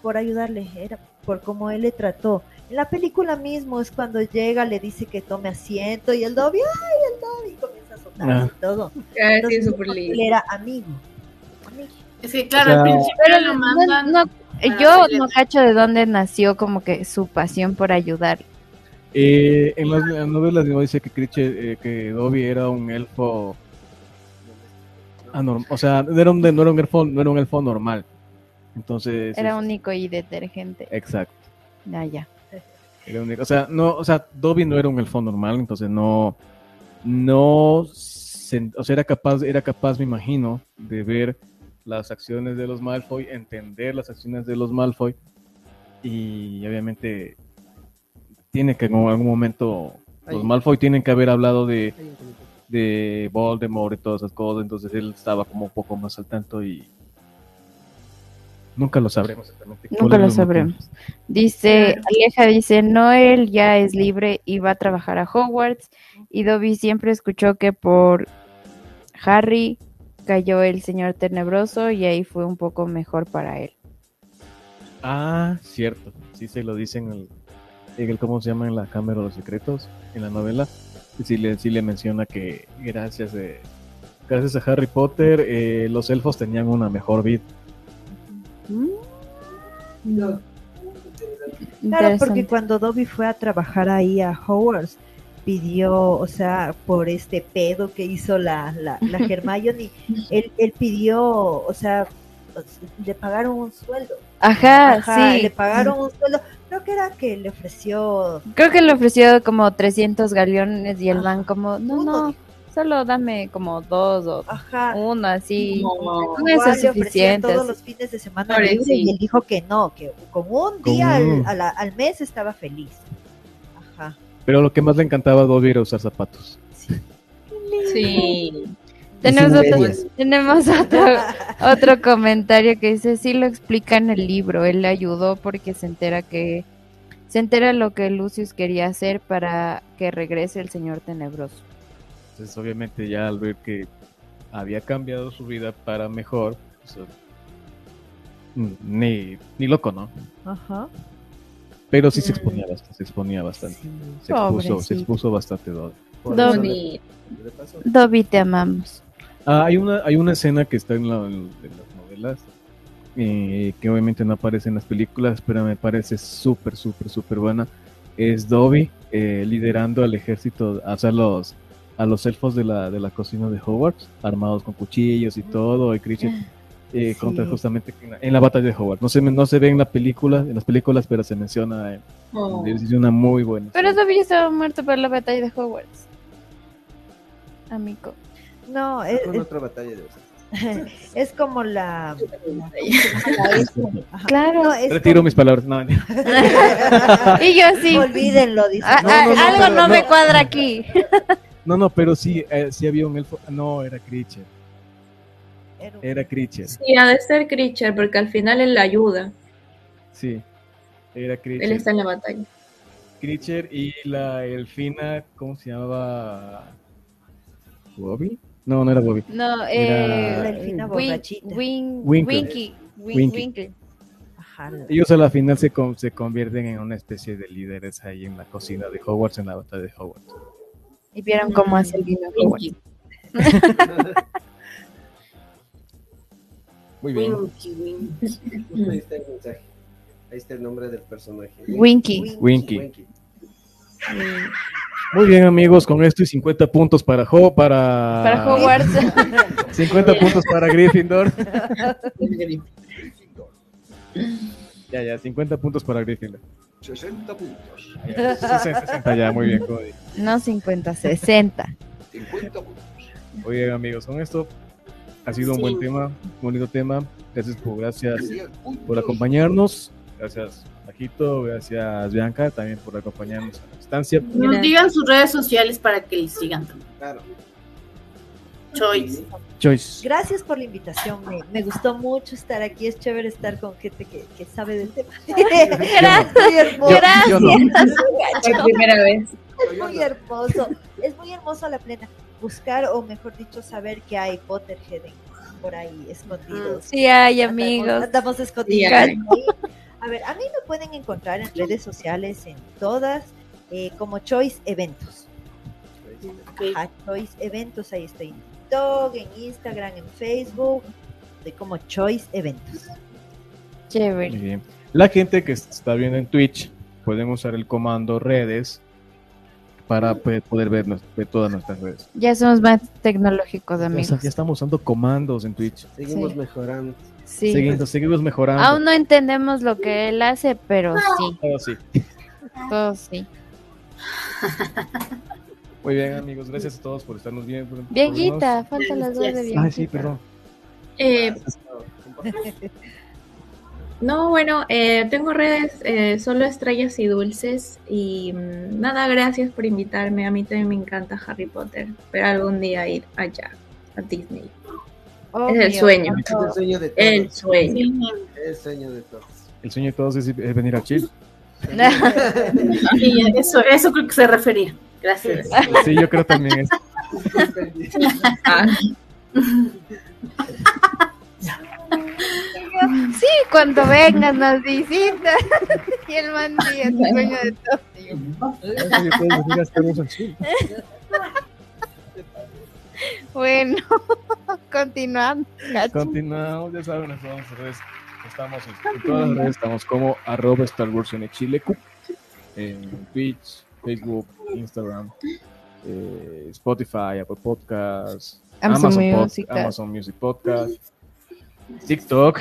S11: por ayudarle, era por cómo él le trató. En la película mismo es cuando llega, le dice que tome asiento y el Dobby, ay, el Dobby comienza a soltar
S10: Ah.
S11: y todo.
S2: Ah, sí,
S11: Entonces,
S2: súper lindo.
S11: él era amigo.
S8: Es que claro,
S10: O sea-
S8: al principio
S9: Pero
S8: lo
S9: no-
S8: mandan.
S9: no-
S8: para
S9: yo
S8: hacerle-
S9: no cacho de dónde nació como que su pasión por ayudar.
S10: Eh, en las, en las novelas no dice que, Critche, eh, que Dobby era un elfo anormal, o sea, no era un, no era un elfo, no era un elfo normal. Entonces,
S9: Era
S10: es-
S9: único y detergente.
S10: exacto.
S9: Ah, ya.
S10: Era un- o sea, no, o sea, Dobby no era un elfo normal, entonces no, no, se- o sea, era capaz, era capaz, me imagino, de ver las acciones de los Malfoy, entender las acciones de los Malfoy Y obviamente tiene que en algún momento los Malfoy tienen que haber hablado de, de Voldemort y todas esas cosas, entonces él estaba como un poco más al tanto y nunca lo sabremos exactamente.
S9: Nunca lo sabremos. Dice, Aleja dice, Noel ya es libre y va a trabajar a Hogwarts. Y Dobby siempre escuchó que por Harry cayó el señor tenebroso y ahí fue un poco mejor para él.
S10: Ah, cierto. Sí se lo dicen en el, en el ¿cómo se llama? En la Cámara de los Secretos, en la novela. Y sí le, sí le menciona que gracias, de, gracias a Harry Potter eh, los elfos tenían una mejor vida. Mm.
S11: No. Claro, porque cuando Dobby fue a trabajar ahí a Hogwarts, pidió, o sea, por este pedo que hizo la, la, la Hermione, él, él pidió, o sea, le pagaron un sueldo.
S9: Ajá, sí.
S11: Le pagaron un sueldo. Creo que era que le ofreció.
S9: Creo que le ofreció como 300 galeones
S11: Ah,
S9: y el man como, no, no, solo dame como dos o
S11: Ajá.
S9: uno así.
S11: Ah, No,
S9: Con eso es
S11: le ofrecían
S9: suficiente.
S11: todos los fines de semana libre y él dijo que no, que con un día al, a la- al mes estaba feliz. Ajá.
S10: Pero lo que más le encantaba a Dobby era usar zapatos.
S2: Sí.
S9: Tenemos
S10: Sin
S9: otro,
S10: medias.
S9: tenemos otro, otro comentario que dice, sí lo explica en el libro, él le ayudó porque se entera que se entera lo que Lucius quería hacer para que regrese el señor tenebroso.
S10: Entonces, obviamente, ya al ver que había cambiado su vida para mejor, pues, eh, mm, ni, ni loco, ¿no?
S11: Ajá.
S10: Pero sí se exponía bastante, se exponía bastante. Se, expuso, se
S9: Pobrecito.
S10: expuso bastante Dobby.
S9: Dobby, Dobby te amamos.
S10: Ah, hay una, hay una escena que está en, la- en las novelas, eh, que obviamente no aparece en las películas, pero me parece súper, súper, súper buena. Es Dobby eh, liderando al ejército, o sea, los, a los elfos de la, de la cocina de Hogwarts, armados con cuchillos y todo, y Critchett,
S9: Ah,
S10: eh,
S14: Sí.
S10: contra justamente en la, en la batalla de Hogwarts. No se, me- no se ve en la película, en las películas, pero se menciona, en-
S9: Oh.
S10: es una muy buena.
S9: Pero Dobby ya estaba muerto por la batalla de Hogwarts. Amigo.
S11: No, es,
S12: Con otra batalla de
S11: es- es como la. la- Ajá.
S9: Claro.
S11: No, es
S10: Retiro mis palabras. No, no.
S9: y yo sí. Ah,
S11: Olvídenlo, dice.
S9: A-
S10: No,
S9: a-
S10: no, no,
S9: algo
S10: pero
S9: no, me
S10: no.
S9: cuadra aquí.
S10: No, no, pero sí, eh, sí había un elfo. No, era Critcher. Era Critcher,
S2: Sí, ha de ser Creature, porque al final él la ayuda.
S10: sí. Era
S2: Él
S10: Critcher.
S2: está en la batalla.
S10: Critcher y la elfina, ¿cómo se llamaba? ¿Bobby? No, no era Bobby.
S9: No,
S10: Era-
S9: eh, Win- Win-
S10: Winkle.
S9: Winky. Win-
S10: Winky.
S9: Winkle.
S10: Ellos a la final se, con- se convierten en una especie de líderes ahí en la cocina de Hogwarts, en la batalla de Hogwarts.
S9: Y vieron cómo hace el vino. Hogwarts.
S10: Muy
S12: bien. Ahí
S9: Winky.
S12: está el mensaje. Ahí está el nombre del personaje.
S9: Winky.
S10: Winky. Muy bien, amigos, con esto y 50 puntos para Ho, para...
S9: Para Hogwarts.
S10: 50 puntos para Gryffindor. Ya, ya, 50 puntos para Gryffindor.
S13: 60 puntos.
S10: Ya, 60, ya, muy bien, Cody.
S9: No 50, 60.
S13: 50
S10: Muy bien, amigos, con esto ha sido un buen tema, un bonito tema. Gracias por, gracias por acompañarnos. Gracias, Majito. Gracias, Bianca, también por acompañarnos a la distancia.
S8: Nos digan sus redes sociales para que les sigan también.
S12: Claro.
S8: Choice.
S10: Choice.
S11: Gracias por la invitación, me, me gustó mucho estar aquí, es chévere estar con gente que, que sabe del tema. Muy hermoso.
S2: Gracias. Yo no. Por primera vez.
S11: Es muy hermoso, es muy hermoso a la plena buscar o mejor dicho saber que hay Potterhead en- por ahí escondidos.
S9: Ah, Sí, hay
S11: Andamos-
S9: amigos.
S11: Andamos escondidos.
S9: Sí hay.
S11: ahí. A ver, a mí me pueden encontrar en redes sociales en todas eh, como Choice Eventos. Ajá, Choice Eventos, ahí estoy en TikTok, en Instagram, en Facebook, estoy como Choice Eventos.
S9: Chévere.
S10: Muy bien. La gente que está viendo en Twitch pueden usar el comando redes para pues, poder ver, nos- ver todas nuestras redes.
S9: Ya somos más tecnológicos,
S10: Ya,
S9: amigos.
S10: está- ya estamos usando comandos en Twitch.
S12: Seguimos mejorando.
S9: Sí.
S10: Seguimos, seguimos mejorando.
S9: Aún no entendemos lo que él hace, pero sí.
S10: Ahora sí.
S9: Todo sí.
S10: Muy bien, amigos. Gracias a todos por estarnos bien. por-
S9: Bien,
S10: por vernos.
S9: Guita, faltan las dos de bien.
S10: Ay, sí, perdón.
S2: Eh, No, bueno, eh, tengo redes eh, solo estrellas y dulces y mm, nada, gracias por invitarme. A mí también me encanta Harry Potter, pero algún día ir allá, a Disney. es el
S12: Obvio.
S2: sueño.
S12: Es el sueño de todos.
S2: El sueño.
S12: El sueño de todos.
S10: El sueño de todos es, es venir a Chile.
S8: Y eso, eso creo que se refería. Gracias.
S10: Sí, yo creo también es.
S9: Sí, cuando vengas nos visitas. Y el man sí, es el dueño de todo. Y
S10: Eso sí puedes decir hasta en Chile.
S9: yo, Bueno, continuando.
S10: Continuamos, ya saben, nos vamos a redes. Estamos en, en todas las redes, estamos como arroba Star Wars en Chile, Q, en Twitch, Facebook, Instagram, eh, Spotify, Apple Podcasts,
S9: Amazon
S10: Pod-
S9: Music.
S10: Amazon Music Podcast, TikTok,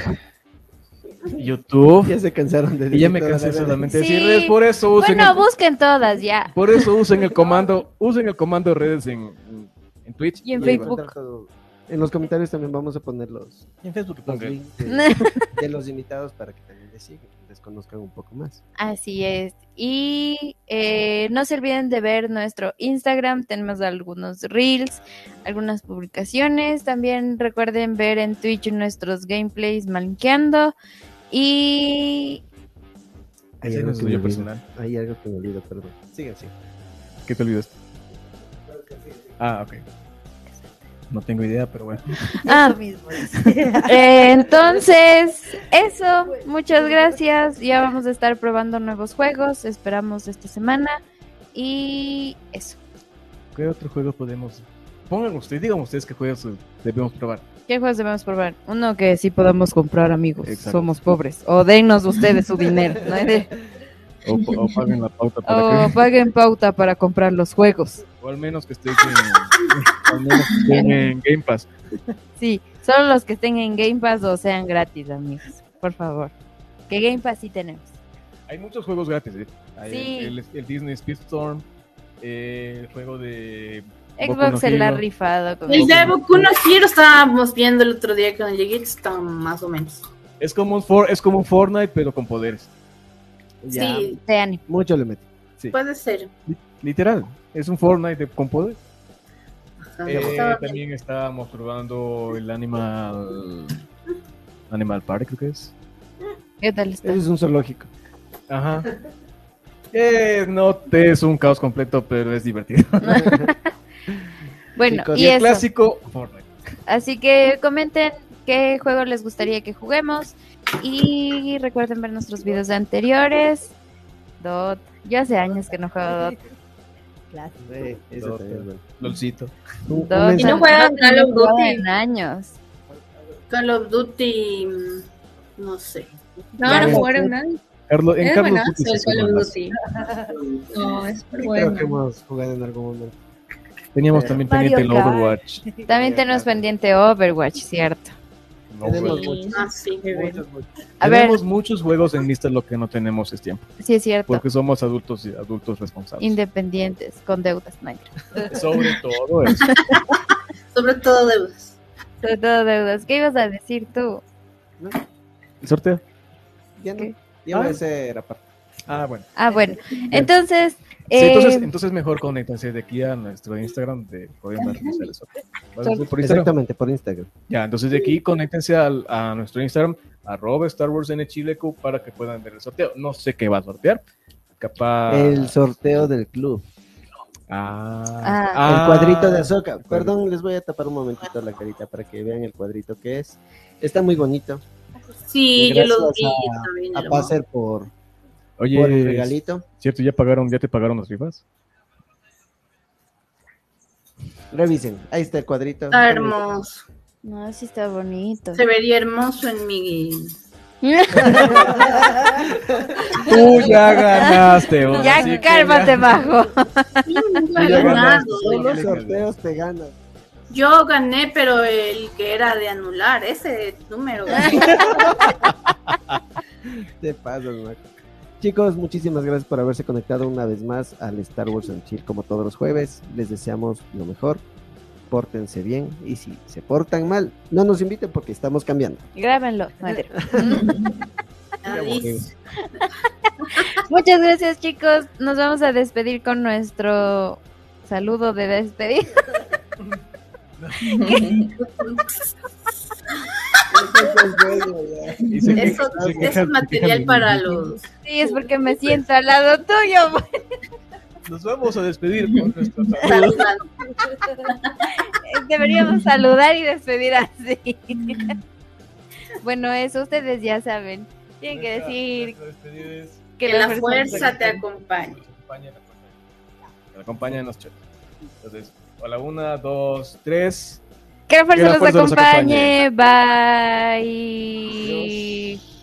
S10: YouTube.
S12: Ya se cansaron de
S10: Y ya me
S12: TikTok,
S10: cansé
S12: la verdad.
S10: solamente de decir redes, por eso usen
S9: Bueno,
S10: el-
S9: busquen todas ya.
S10: Por eso usen el comando, usen el comando de redes en, en- en Twitch
S9: Y en
S10: ahí
S9: Facebook.
S10: van.
S12: En los comentarios también vamos a poner los,
S10: En Facebook
S12: los
S10: también.
S12: links de, de los invitados para que también les sigan, les conozcan un poco más.
S9: Así es. Y eh, no se olviden de ver nuestro Instagram. Tenemos algunos reels, algunas publicaciones. También recuerden ver en Twitch nuestros gameplays malinqueando. Y
S12: Hay
S10: Ese
S12: algo
S10: no es
S12: que me
S10: suyo
S12: olvido.
S10: personal.
S12: Hay algo que me olvido, perdón. Sigan, sigan.
S10: ¿Qué te olvidas? Ah, ok. No tengo idea, pero bueno.
S9: Ah, eh, entonces, eso, muchas gracias. Ya vamos a estar probando nuevos juegos, esperamos esta semana. Y eso,
S10: ¿Qué otro juego podemos? Pongan ustedes, digan ustedes qué juegos debemos probar.
S9: ¿qué juegos debemos probar? Uno que sí podamos comprar, amigos.
S10: Exacto.
S9: Somos pobres. O dennos ustedes su dinero. ¿no?
S10: O, o paguen la pauta para
S9: O
S10: que...
S9: paguen pauta para comprar los juegos.
S10: O al menos que estén en, al menos que estén en Game Pass.
S9: Sí, solo los que estén en Game Pass o sean gratis, amigos. Por favor. Que Game Pass sí tenemos.
S10: Hay muchos juegos gratis, ¿eh? Hay
S9: Sí.
S10: el, el- el Disney Speedstorm, eh, el juego de... Boku no
S9: Xbox se la ha
S10: Hero.
S9: rifado. con
S8: El de
S9: eso.
S8: Pues Boku no Hero estábamos viendo el otro día cuando llegué, que está más o menos.
S10: Es como, un For- es como un Fortnite, pero con poderes.
S8: Sí,
S9: este
S12: Mucho le metí.
S10: Sí.
S8: puede ser.
S10: Literal, es un Fortnite de- con poder.
S12: Ah,
S8: Ajá,
S10: Eh,
S8: estaba-
S10: también estábamos probando el Animal Animal Park, creo que es.
S9: ¿Qué tal está?
S12: Ese es un zoológico.
S10: Ajá. Eh, no te- es un caos completo, pero es divertido.
S9: Bueno,
S10: Chicos,
S9: y
S10: el
S9: eso.
S10: clásico Fortnite.
S9: Así que comenten qué juego les gustaría que juguemos y recuerden ver nuestros videos anteriores. Dot. Yo hace años que no juego a Dot.
S12: Sí, ese
S10: Dota,
S12: también es bueno.
S10: Lolcito.
S12: Un-
S9: Dot,
S12: un
S8: Y no juegan
S9: no
S8: Call of
S9: jugaba
S8: Duty.
S9: en años.
S8: Call of Duty, mm, no sé.
S2: No,
S9: Ah,
S10: Ya
S2: no
S10: ves.
S2: jugaron nadie.
S10: Carlos, en
S2: Es
S10: Carlos
S2: buenazo
S10: Duty se
S2: el Call of
S10: suman más.
S2: Duty. No, es súper
S12: Creo que
S2: bueno.
S12: hemos jugado en algún momento.
S10: Teníamos
S12: Eh,
S10: también
S9: Mario
S10: pendiente el
S9: Kart.
S10: Overwatch.
S9: También tenemos pendiente Overwatch, ¿cierto?
S10: No,
S12: Tenemos
S10: pues,
S12: muchos,
S8: Ah, sí.
S12: muchos, muchos.
S9: A ver,
S10: tenemos muchos juegos en lista, lo que no tenemos es tiempo.
S9: sí es cierto.
S10: Porque somos adultos y adultos responsables.
S9: Independientes, con deudas negras.
S10: Sobre todo eso.
S8: Sobre todo deudas.
S9: Sobre todo deudas. ¿Qué ibas a decir tú?
S10: El sorteo.
S12: Ya no.
S9: ¿Qué?
S12: Ya
S10: Ah.
S12: ese era parte.
S10: Ah, bueno.
S9: Ah, bueno. Entonces,
S10: Sí, entonces,
S9: eh,
S10: entonces mejor conéctense de aquí a nuestro Instagram de Podemos Dar Risa del Sol. ¿Vas a hacer por Instagram?
S12: Exactamente, por Instagram.
S10: Ya, entonces de aquí conéctense al- a nuestro Instagram, arroba Star Wars en Chileco para que puedan ver el sorteo. No sé qué va a sortear. Capaz.
S12: El sorteo del club.
S10: Ah,
S9: Ah.
S10: ah,
S12: el cuadrito de Azoka.
S10: el cuadrito.
S12: Perdón, les voy a tapar un momentito la carita para que vean el cuadrito que es. Está muy bonito.
S8: Sí, yo
S12: Gracias
S8: lo vi.
S12: a-
S8: también,
S12: A
S8: hermano.
S12: Passer por,
S10: Oye,
S12: por el regalito.
S10: ¿cierto? ¿Ya pagaron, ya te pagaron las rifas?
S12: Revisen. Ahí está el cuadrito.
S8: Está hermoso.
S9: no, sí está bonito.
S8: Se vería hermoso en mi.
S10: Tú ya ganaste. vos,
S9: ya
S10: así que
S9: cálmate, bajo.
S10: ya ganaste.
S8: ganado.
S12: Todos los sorteos te ganan.
S8: Yo gané, pero el que era de anular, ese número.
S12: Te pasas, Mac. Chicos, muchísimas gracias por haberse conectado una vez más al Star Wars and Chill como todos los jueves. Les deseamos lo mejor. Pórtense bien y si se portan mal, no nos inviten porque estamos cambiando.
S9: Mm. Grábenlo, madre. Muchas gracias, chicos. Nos vamos a despedir con nuestro saludo de despedida.
S8: Eso, eso es material para los.
S9: Sí, es porque me siento al lado tuyo. pues.
S10: Nos vamos a despedir con nuestro saludo.
S9: Saludan. Deberíamos saludar y despedir así. Bueno, eso ustedes ya saben. Tienen que decir
S8: Que la fuerza te acompañe.
S10: acompañen, que acompañen los chicos. Entonces, a la una, dos, tres.
S9: Que la fuerza
S10: Que la
S9: los
S10: fuerza los
S9: acompañe. Bye.